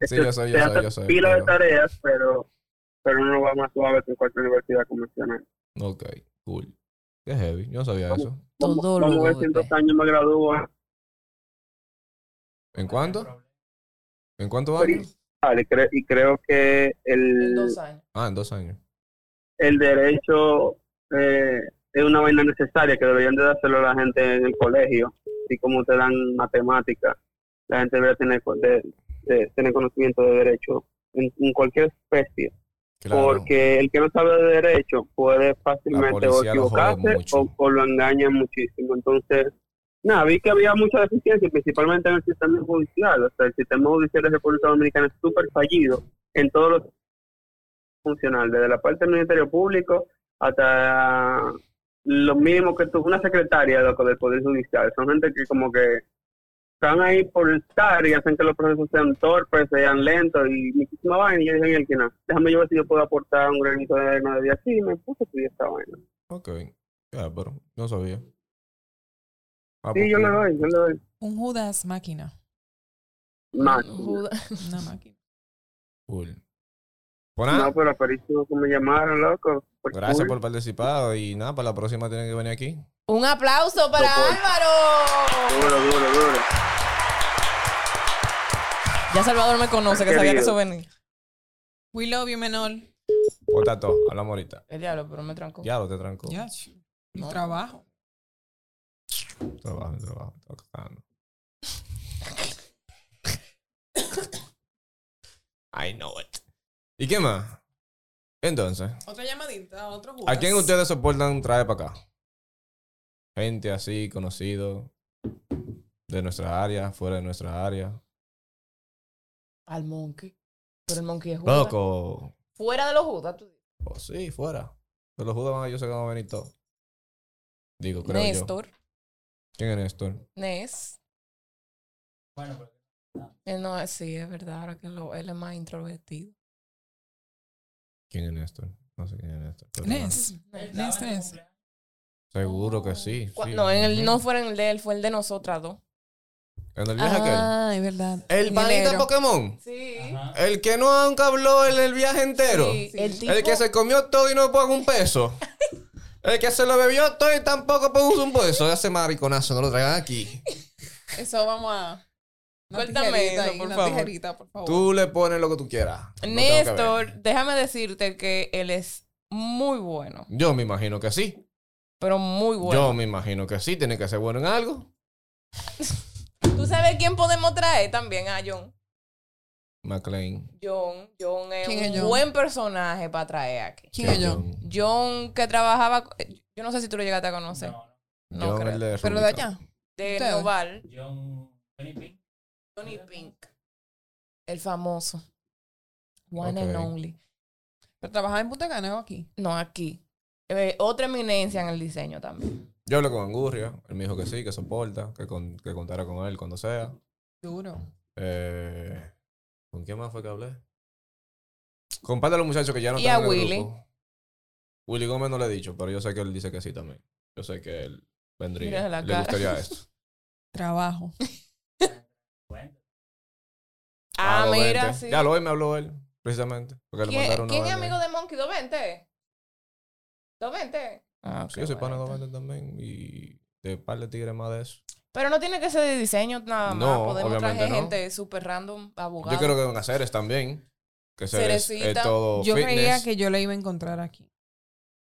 es Sí, que yo sé, yo sé, te hace yo sé, Pila de pero- tareas, pero, pero uno va más suave que en cualquier universidad convencional. Ok, cool. Qué heavy, yo no sabía eso. Todo Como- lo como de- ah, 900 años me gradúo. ¿En cuánto? ¿En cuántos Pero- años? y, cre- y creo que En el, dos años. Ah, en dos años. el derecho eh, es una vaina necesaria que deberían de dárselo a la gente en el colegio, así como te dan matemáticas. La gente debería tener, co- de- de- tener conocimiento de derecho en, en cualquier especie, Claro. porque el que no sabe de derecho puede fácilmente o policía lo jode equivocarse mucho. o, o lo engañan muchísimo. Entonces, nada, vi que había mucha deficiencia, principalmente en el sistema judicial. O sea, el sistema judicial de República Dominicana es súper fallido en todos los funcional, desde la parte del Ministerio Público hasta lo mismo que tú, una secretaria loco, del Poder Judicial. Son gente que como que están ahí por estar y hacen que los procesos sean torpes, sean lentos y muchísima vaina. Y yo dije, "Mira, Elkina, déjame yo ver si yo puedo aportar un granito de arena de día así. Y me puse a estudiar esta vaina. Ok. Ya, pero no sabía. Ah, Sí, yo porque- le doy, yo le doy. Un Judas máquina. Más. Judas. Una máquina. Cool. Pues nada, No, pero apareció que me llamaron, loco. Por gracias cool. por participar y nada, para la próxima tienen que venir aquí. Un aplauso para Lo cual. Álvaro. Duro, duro, duro. Ya Salvador me conoce, que Qué sabía que bien. eso venía. We love you, menor. Bota todo, hablamos ahorita. El diablo, pero me trancó. Ya lo te tranco. Ya, ch- No. Trabajo. Trabajo, trabajo, está cagando. I know it. ¿Y qué más? Entonces, Otra llamadita, otro Judas. ¿a quién ustedes soportan traer para acá? Gente así, conocido, de nuestra área, fuera de nuestra área. Al monkey. Pero el monkey es Judas. Loco. Fuera de los Judas. tú dices. Oh, sí, fuera. Pero los judas van a- yo sé que van a venir todos. Digo, creo yo. Néstor. ¿Quién es Néstor? Nes. Bueno, pero Él no es, sí, es verdad. Ahora que lo- él es más introvertido. ¿Quién es Néstor? No sé quién es Néstor. pero nada. Nes. él Nes, estaba en el Nes. cumpleaños. Seguro que sí. Cua- sí. no, en el, Ujú. no fuera en el de él, fue el de nosotras dos. En el viaje aquel. Ah, es verdad. El En panita enero. Pokémon. Sí. Ajá. El que no nunca habló en el viaje entero. El tipo. El que se comió todo y no pagó un peso. El que se lo bebió todo y tampoco pagó un peso. Ese mariconazo, no lo traigan aquí. Eso vamos a. Una Córtame tijerita eso, ahí, por una favor. tijerita, por favor. Tú le pones lo que tú quieras. No tengo que ver. Néstor, déjame decirte que él es muy bueno. Yo me imagino que sí. Pero muy Yo bueno. me imagino que sí. Tiene que ser bueno en algo. ¿Tú sabes quién podemos traer también a John? McLean. John. John es ¿Quién un es John? buen personaje para traer aquí. ¿Quién es yo? John que trabajaba, yo no sé si tú lo llegaste a conocer, No, No John, creo. el de Pero de Rubicon. allá. de ¿Ustedes? Noval, no. John Johnny Pink. Johnny Pink, el famoso, one and Ok. only. Pero trabajaba en Punta Cana o aquí. No, aquí. Eh, otra eminencia en el diseño también. Yo hablé con Angurria. Él me dijo que sí, que soporta, que, con- que contara con él cuando sea. Duro. Eh, ¿Con quién más fue que hablé? Con parte de los muchachos que ya no Y están a en el Willy. grupo. Willy Gómez no le he dicho, pero yo sé que él dice que sí también. Yo sé que él vendría. Mira la le cara. gustaría esto. Trabajo. Bueno, Ah, lo mira, vente. sí. Ya lo hoy me habló él, precisamente. Porque le ¿Quién, mandaron una quién es vaina. amigo de Monkey? 220. 220. Ah, ok, Sí, yo soy pana de bueno. Ovente también. Y de par de tigres más de eso. Pero no tiene que ser de diseño nada más. No, Podemos traer obviamente no. gente súper random, abogado. Yo creo que van a Ceres también. Que Ceres es Cerecita. todo Yo Oh, fitness. creía que yo la iba a encontrar aquí.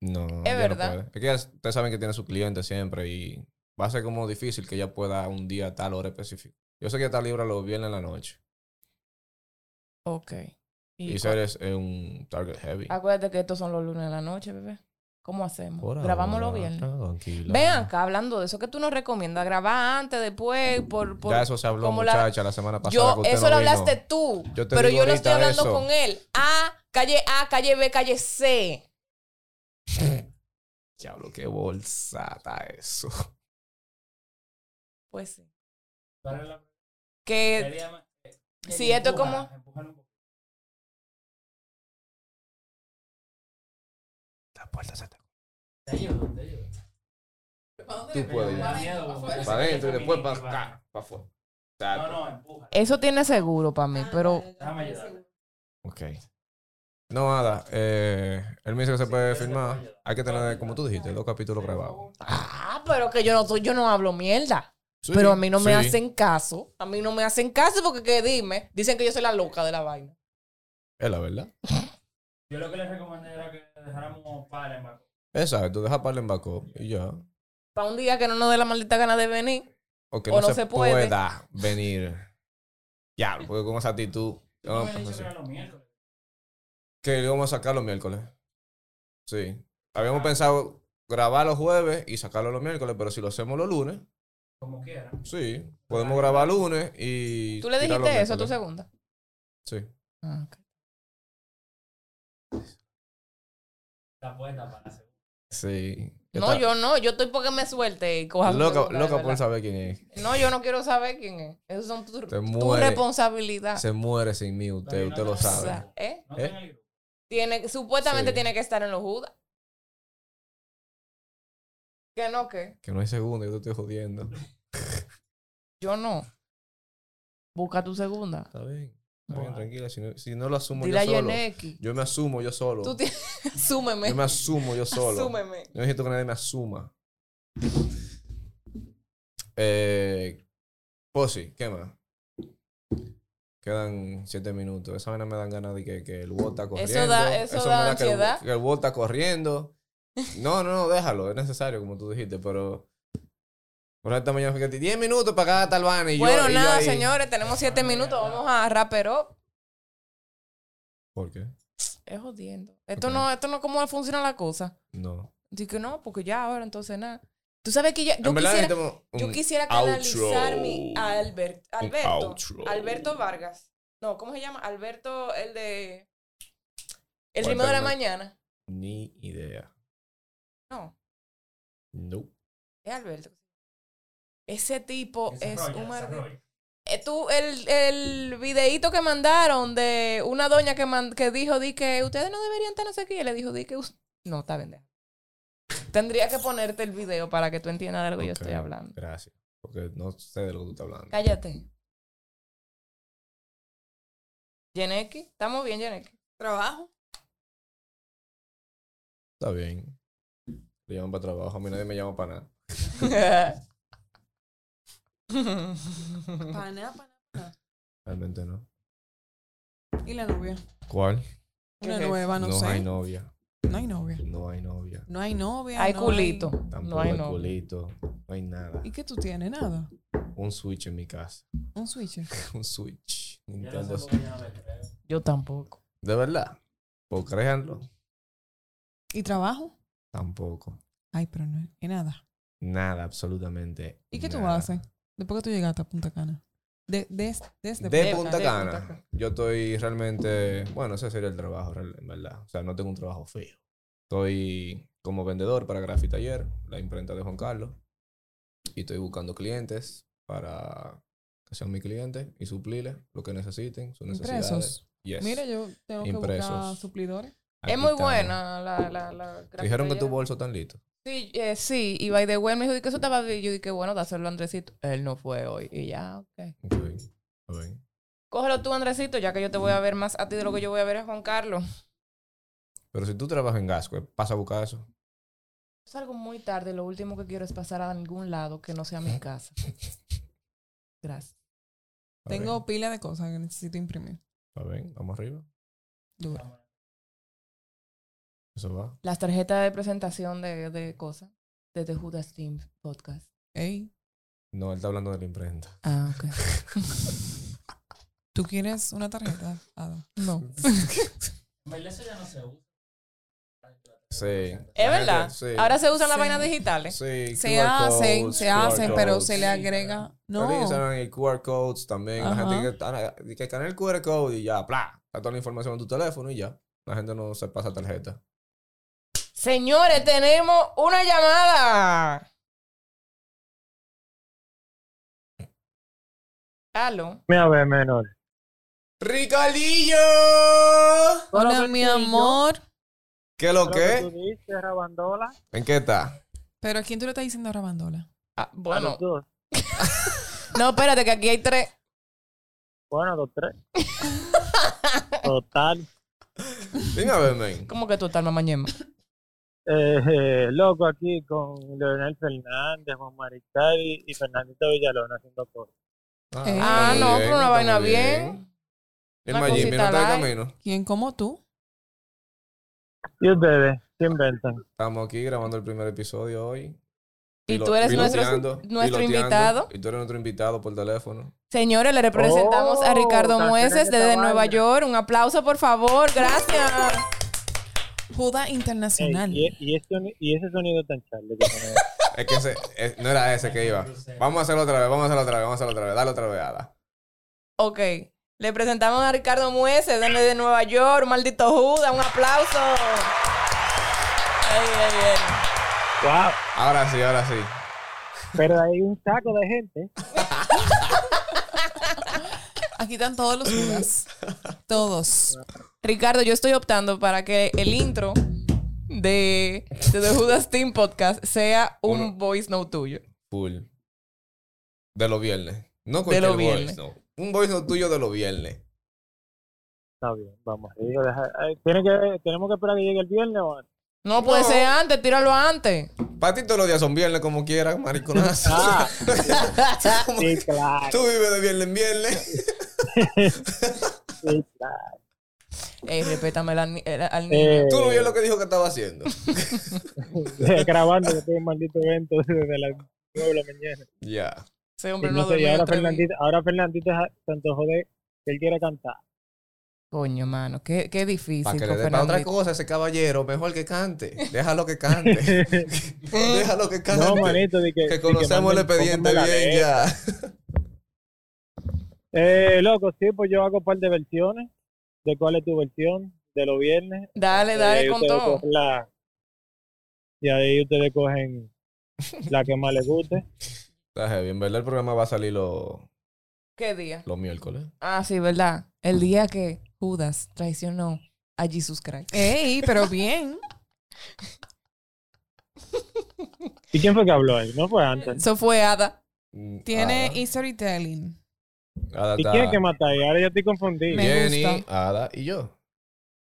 No, ella no verdad. puede. Es que ellas- ustedes saben que tiene su cliente siempre y va a ser como difícil que ella pueda un día a tal hora específica. Yo sé que ella está libre los viernes en la noche. Ok. Y, cu- Ah, Ceres es un target heavy. Acuérdate que estos son los lunes de la noche, bebé. ¿Cómo hacemos? Grabamos los viernes. Tranquila. Ven acá, hablando de eso que tú nos recomiendas, grabar antes, después, por... por ya eso se habló, como la- muchacha, la, semana pasada. que yo, usted eso no lo vino. hablaste tú, Yo te pero digo yo lo ahorita estoy hablando eso. con él. A, calle A, calle B, calle C. Diablo, qué bolsata eso. Pues sí. para la- Que sería más- si esto es Empújala, como... empújala eh, un poco. La puerta se Te ayudo, te ayudo. Tú puedes Me da ya. miedo, porque parece Para que adentro y te después para feminista. acá, para afuera. No, Exacto. no, empuja. Eso tiene seguro para Ah, mí, pero... Déjame ayudar. Ok. No, nada. Eh, él me dice que se puede filmar. Hay que tener, como tú dijiste, dos capítulos grabados. Ah, pero que yo no, soy- yo no hablo mierda. Sí, pero a mí no me sí. hacen caso. A mí no me hacen caso porque, ¿qué? dime, dicen que yo soy la loca de la vaina. Es la verdad. Yo lo que les recomendé era que dejáramos para en Bacó. Exacto, deja para en backup y ya. Para un día que no nos dé la maldita gana de venir. O que O no, no se, se puede. pueda venir. Ya, porque con esa actitud. Yo no, me había pues, dicho que sí. era los miércoles. Que lo vamos a sacar los miércoles. Sí. Habíamos pensado grabar los jueves y sacarlo los miércoles, pero si lo hacemos los lunes, Como quiera. sí. Podemos grabar lunes y. ¿Tú le tirar los dijiste eso a tu miércoles. segunda? Sí. Ah, ok. La puerta para la segunda. Sí. No, yo no. Yo estoy porque me suelte y coja su Loca, segunda, de loca por verdad. saber quién es. No, yo no quiero saber quién es. Eso son tu, tu muere. responsabilidad. Se muere sin mí, usted, usted lo O sea, sabe. ¿eh? No ¿Eh? tengan el grupo. Tiene, supuestamente Sí. tiene que estar en los Judas. ¿Que no qué? Que no hay segundo, yo te estoy jodiendo. Yo no. Busca tu segunda. Está bien. Está bien, Bueno. tranquila. Si no, si no lo asumo Dile a yo solo. Yeneki. Yo me asumo yo solo. Tú tienes... Súmeme. Yo me asumo yo solo. Súmeme. Yo necesito que nadie me asuma. Eh, Posi, ¿qué más? Quedan siete minutos. Esa vaina me dan ganas de que, que el WOT está corriendo. da- eso da que el- ansiedad. Que el, WOT está corriendo. No, no, no, déjalo. Es necesario, como tú dijiste, pero... Por esta mañana fue que te- 10 minutos para cada tal vaina y yo- Bueno, y yo nada, ahí- señores. Tenemos siete minutos. Vamos a rapero. ¿Por qué? Es jodiendo. Esto Ok. no, esto no es como funciona la cosa. No. Digo, no, porque ya ahora entonces nada. Tú sabes que yo, yo en verdad quisiera... necesitamos Yo un- quisiera outro. canalizar mi Albert, Alberto. outro. Alberto Vargas. No, ¿cómo se llama? Alberto, el de. El ¿Cuál ritmo de la Fernan- mañana. Ni idea. No, No. es Alberto. Ese tipo es Desarrolla, un mar... desarrolla. Eh, Tú, el, el videíto que mandaron de una doña que, man- que dijo di que ustedes no deberían estar no sé qué. Y le dijo di que. us- No, está bien. deja. Tendría que ponerte el video para que tú entiendas de lo que yo Ok, estoy hablando. Gracias. Porque no sé de lo que tú estás hablando. Cállate. Yeneki, estamos bien, Yeneki. Trabajo. Está bien. Te llaman para trabajo. A mí nadie me llama para nada. Pana, pana. Realmente no. Y la novia. ¿Cuál? Una ¿Qué es? nueva, Ah, no, sé. hay novia. No hay novia. No hay novia. No hay novia. hay no culito. Tampoco No hay hay no. culito. No hay nada. ¿Y qué tú tienes? Nada. Un Switch en mi casa. Un switch. Un Switch. Ya no Nintendo sé por Switch. qué yo no le creo. Yo tampoco. ¿De verdad? ¿O créanlo? ¿Y trabajo? Tampoco. Ay, pero no. Y nada. Nada, absolutamente. ¿Y qué tú nada. haces? Después que tú llegaste a Punta Cana. De, este des- desde De, Punta- Punta de Cana. Punta Cana. Yo estoy realmente. Bueno, ese sería el trabajo, real- en verdad. O sea, no tengo un trabajo fijo. Estoy como vendedor para Graffiti Taller, la imprenta de Juan Carlos. Y estoy buscando clientes para que sean mis clientes y suplirles lo que necesiten, sus necesidades. Impresos. Yes. Mira, yo tengo Impresos. que buscar suplidores. Aquí es muy estamos. buena la, la, la Te dijeron que grafitallera. tu bolso tan listo. Sí, eh, sí. Y by the way, me dijo "Di que eso estaba bien. Yo dije, bueno, dáselo a Andresito. Él no fue hoy. Y ya, ok. Ok, ok. Cógelo tú, Andresito, ya que yo te voy a ver más a ti de lo que yo voy a ver a Juan Carlos. Pero si tú trabajas en Gasco, eh, pasa a buscar eso. Es algo muy tarde. Lo último que quiero es pasar a algún lado que no sea mi casa. Gracias. Está bien, Tengo pila de cosas que necesito imprimir. Está bien, vamos arriba. Duro. Eso va. Las tarjetas de presentación de, de cosas. Desde Judas Team Podcast. Ey, No, él está hablando de la imprenta. Ah, ok. ¿tú quieres una tarjeta? Ada? No. En verdad, eso ya no se usa. Sí. Es verdad. Sí. Ahora se usan las Sí. vainas digitales. Sí, Se QR hacen, codes, se QR hacen, pero codes. se le Sí. agrega. No. Ahorita usan el QR codes también. La Ajá. gente que, está- que escanea el QR code y ya, bla. Está toda la información en tu teléfono y ya. La gente no se pasa tarjeta. Señores, tenemos una llamada. Aló. Dime a ver, menor. ¡Ricardillo! Hola, mi amor. ¿Qué lo tú que? dices, Rabandola? ¿En qué está? ¿Pero a quién tú le estás diciendo Rabandola? Ah, A los bueno, dos. no, espérate, que aquí hay tres. Bueno, a los tres. Total. Dime a ver, men. ¿Cómo que tú estás, mamá ñema? eh, eh, loco aquí con Leonel Fernández, Juan Maricari y Fernandito Villalona haciendo cosas. Ah, está no, muy pero una está vaina muy bien. El Una Majin, mira, cosita está de light. camino. ¿Quién como tú? ¿Y ustedes? ¿Qué inventan? Estamos aquí grabando el primer episodio hoy. Y Pilo- tú eres nuestro- piloteando, nuestro piloteando. invitado. Y tú eres nuestro invitado por teléfono. Señores, le representamos a Oh, Ricardo está Mueces haciendo desde esa Nueva vaina. York. Un aplauso, por favor. Gracias. Judá Ey, Internacional. y, y ese soni- y ese sonido tan charle que tiene. Es que ese, es- no era ese que iba. Vamos a hacerlo otra vez, vamos a hacerlo otra vez, vamos a hacerlo otra vez. Dale otra vez, Ada. Ok. Le presentamos a Ricardo Mueces desde Nueva York. Maldito Judas. Un aplauso. Ey, ey, ey. ¡Wow! Ahora sí, ahora sí. Pero hay un saco de gente. Aquí están todos los Judas. Todos. Ricardo, yo estoy optando para que el intro de, de The Judas Team Podcast sea un Uno. voice note tuyo. Full. De los viernes. No De cualquier los voice viernes. note. Un voice note tuyo de los viernes. Está bien, vamos. digo, deja- ay, tiene que, tenemos que esperar que llegue el viernes o antes? No puede No. ser antes, tíralo antes. Para ti todos los días son viernes como quieras, mariconazo. Ah, Como- sí, claro, Tú vives de viernes en viernes. sí, claro. Ey, Eh, respétame al, ni- el- al niño. Eh, Tú no vio lo que dijo que estaba haciendo. grabando que tengo un maldito evento desde las 9 de la mañana. Ya. Ese Y hombre no no sé, y durmió ahora tres días. Fernandito, ahora Fernandito es a- se antojó de que él quiere cantar. Coño, mano, qué, qué difícil. Para que le con dé para otra Fernandito. cosa a ese caballero, mejor que cante. Déjalo que cante. Déjalo que cante. No, manito, de que, de que conocemos el manden- expediente pónganmela bien de- ya. Eh, loco, sí, pues yo hago un par de versiones. ¿De cuál es tu versión? De los viernes. Eh, Dale, Y Eh, dale ahí con ustedes todo. cogen la- y ahí ustedes cogen la que más les guste. Está heavy. En verdad el programa va a salir los ¿Qué día? los miércoles. Ah, sí, ¿verdad? El día que Judas traicionó a Jesus Christ. Ey, pero bien. ¿Y quién fue que habló ahí? No fue antes. Eso fue Ada. Mm, Tiene Ada. y storytelling. Ada ¿Y está- quién es que mata ahí? Ahora yo estoy confundido. Me Jenny, gusta. Ada y yo.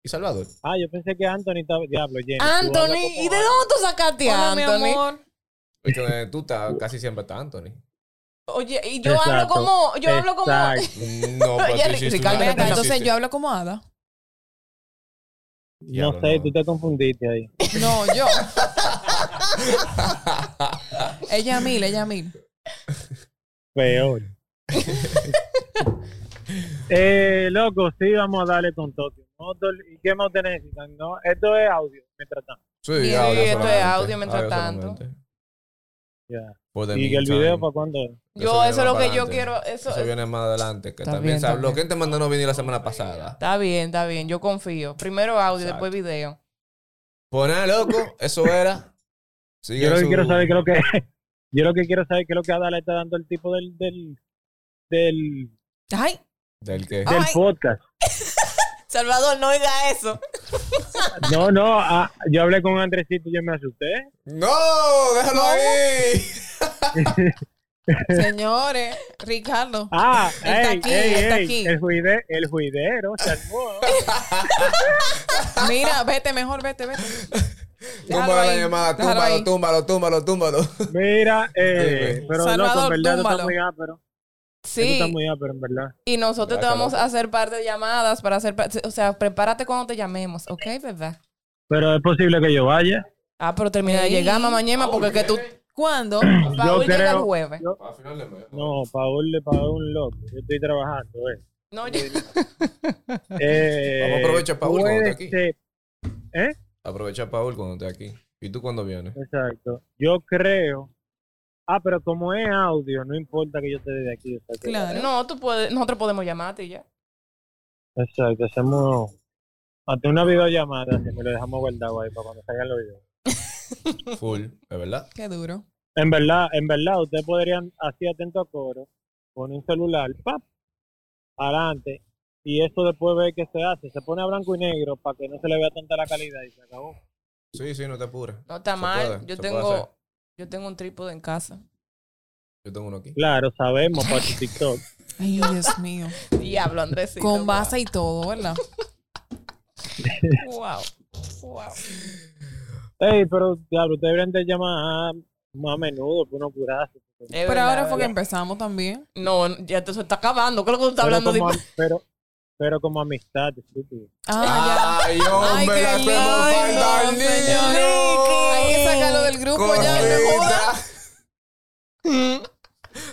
Y Salvador. Ah, yo pensé que Anthony estaba. Diablo, Jenny. tú hablas Anthony, como ¿y de dónde tú sacaste a Hola, mi Anthony? amor. Porque tú estás, casi siempre está Anthony. Oye, y yo hablo Exacto, como, yo hablo como, Exacto. No, pero Oye, tú hiciste Ricardo, una- Ven acá, tú entonces hiciste- yo hablo como Ada. Diablo, No sé, no. tú te confundiste ahí. No, yo. ella mil, ella mil. Peor. eh, loco, sí, vamos a darle con Tokio Motor. ¿Y qué más ustedes necesitan? No, esto es audio, mientras tanto. Sí, Sí, audio esto es solamente, audio mientras tanto. solamente. Ya. Por the ¿Y que el meantime, video para cuándo es? yo eso es viene lo más que yo adelante. quiero, eso, Eso viene más adelante. Que Está también bien, se está habló. bien. ¿Quién te mandó no venir la semana pasada? está bien, está bien, yo confío. Primero audio, Exacto. después video. Pues nada, loco, eso era. Sigue Yo lo que su- quiero saber qué es lo que yo lo que quiero saber qué es lo que Ada le está dando el tipo del del del, Ay, Del que. Ah. del Ay. podcast. Salvador, no oiga eso. No, no, ah, yo hablé con Andresito y yo me asusté. ¡No! ¡Déjalo ahí! señores, Ricardo. Ah, Está ey, aquí, ey, está ey, aquí. el juidero, el juidero, se armó. Mira, vete mejor, vete, vete. Déjalo Túmbalo la ahí, llamada, déjalo túmbalo, ahí. túmbalo, túmbalo, túmbalo. Mira, Sí, eh, güey. pero Salvador, loco, en verdad tú túmbalo. estás muy ápero. Tú Sí, estás muy ápero, en verdad. y nosotros te Está vamos loco. a hacer parte de llamadas para hacer, pa- o sea, prepárate cuando te llamemos, ¿ok, verdad? Pero es posible que yo vaya. Ah, pero termina de Sí. llegar, mamá ñema, porque que tú, ¿Cuándo? Paul llega el creo- jueves. yo- Al final de mes. No, Paul le pagó un loco. Yo estoy trabajando, eh. No, yo- Eh, Vamos a aprovechar, Paul, cuando puede está aquí. ser- Aprovecha, Paul, cuando esté aquí. ¿Y tú cuándo vienes? Exacto. Yo creo. Ah, pero como es audio, no importa que yo esté de aquí. o sea que- Claro. no, tú puedes, nosotros podemos llamarte y ya. Exacto, hacemos. Hasta una videollamada, si me lo dejamos guardado ahí para cuando salgan los videos. Full, ¿es verdad? Qué duro. En verdad, en verdad, ustedes podrían, así atento a coro, con un celular, ¡pap! Adelante. Y eso después ve que se hace. Se pone a blanco y negro para que no se le vea tanta la calidad y se acabó. Sí, sí, no te apures. No está Se mal, puede, yo se puede hacer. tengo, yo tengo un trípode en casa. Yo tengo uno aquí. Claro, sabemos para tu TikTok. Ay, Dios mío. Diablo, Andrés. Con base y todo, ¿verdad? Wow. Wow. Ey, pero diablo, ustedes deberían de llamar más a menudo para uno curarse. porque- Pero ahora fue que empezamos también. No, ya te se está acabando. ¿Qué es lo que tú estás hablando? pero, como, de- am- pero, pero como amistad, estúpido. Ah, Ay, hombre, le qué hacemos lindo, falta al niño. señor ya. Hay que sacarlo del grupo ya. no jodas. Cosita.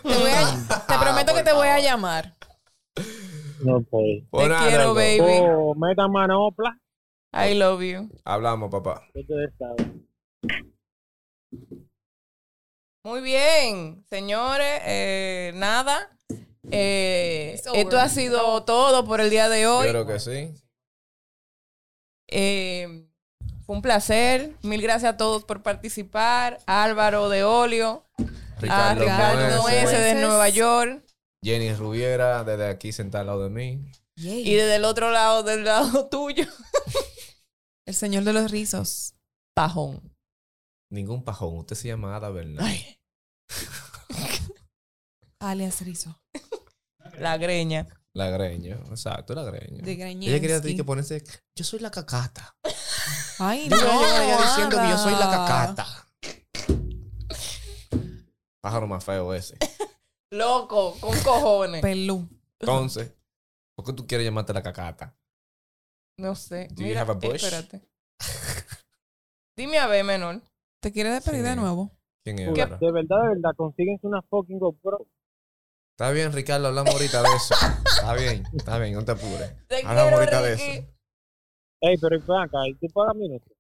Te, voy a- te prometo que te voy a llamar. No, Te Bueno, quiero, Arnaldo, baby. O metan manopla, I love you. Hablamos, papá. que ustedes saben. Muy bien, señores, eh, nada. Eh, It's over. esto ha sido todo por el día de Yo hoy. creo que sí. Eh, fue un placer. Mil gracias a todos por participar. A Álvaro de Olio, Ah, a Ricardo, Ricardo Moese, S de Nueva York Jenny Rubiera, desde aquí sentada al lado de mí. y desde el otro lado, del lado tuyo, El señor de los rizos. Pajón. Ningún pajón, usted se llama Ada Bernal. Ay, Alias Rizo. la greña. La greña, exacto, la greña. De Ella quería decir Grañinski. que ponerse. Yo soy la cacata. Ay, Yo no. no, ella diciendo que yo soy la Ada. cacata. Pájaro más feo ese. Loco, con cojones. Pelú. Entonces, ¿por qué tú quieres llamarte la cacata? No sé. Do you have a bush? Espérate. Dime a ver, menor. ¿Te quieres despedir Sí. de nuevo? ¿Quién es? De ahora? verdad, de verdad, consíguense una fucking GoPro. Está bien, Ricardo, hablamos ahorita de eso. Está bien, está bien, no te apures. Te Hablamos quiero, ahorita de Ricky. eso. Ey, pero ven acá, ¿y tú pagas minutos?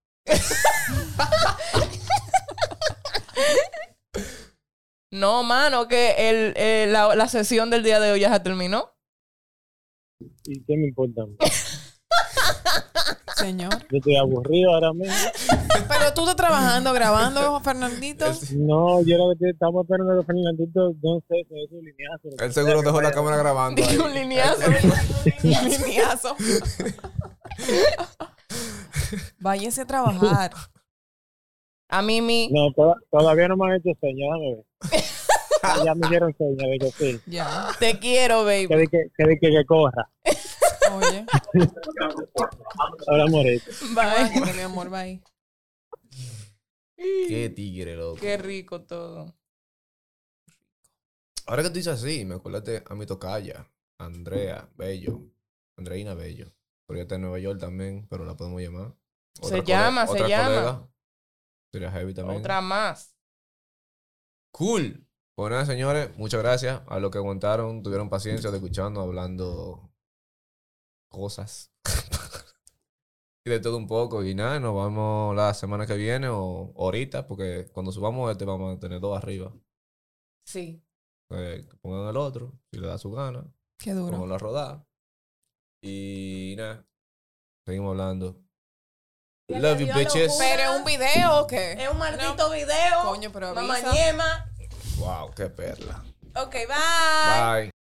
No, mano, que el, eh, la, la sesión del día de hoy ya se terminó. ¿Y qué me importa? a mí? Señor. Yo estoy aburrido ahora mismo. Pero tú estás trabajando, grabando, Fernandito. No, yo lo que estoy- estamos esperando que Fernandito, no sé, se ve su lineazo. Él seguro dejó la cámara grabando. Dije ahí. un lineazo. un lineazo. Váyase a trabajar. A mí, mi. No, toda- todavía no me han hecho señas, déjame ver. ya me hicieron señas de que sí. Ya. Te quiero, baby. Que de que, que, de que, que corra. Oye. Ahora morete. Bye. Ándate, mi amor, bye. Qué tigre, loco. Qué rico todo. Ahora que tú dices así, me acordaste a mi tocaya, Andrea Bello, Andreina Bello. Porque ella está en Nueva York también, pero la podemos llamar. Se llama, se llama. Sería heavy también. Otra más. Cool. Pues nada, señores, muchas gracias a los que aguantaron, tuvieron paciencia de escuchando, hablando cosas. y de todo un poco. Y nada, nos vamos la semana que viene o ahorita, porque cuando subamos este vamos a tener dos arriba. Sí. Eh, que pongan el otro, si le da su gana. Qué duro. Vamos a rodar. Y nada. Seguimos hablando. Love you, bitches. ¿Pero un video o qué? Es un maldito video. Coño, pero avisa. Mamá Ñema. Wow, qué perla. Ok, bye. Bye.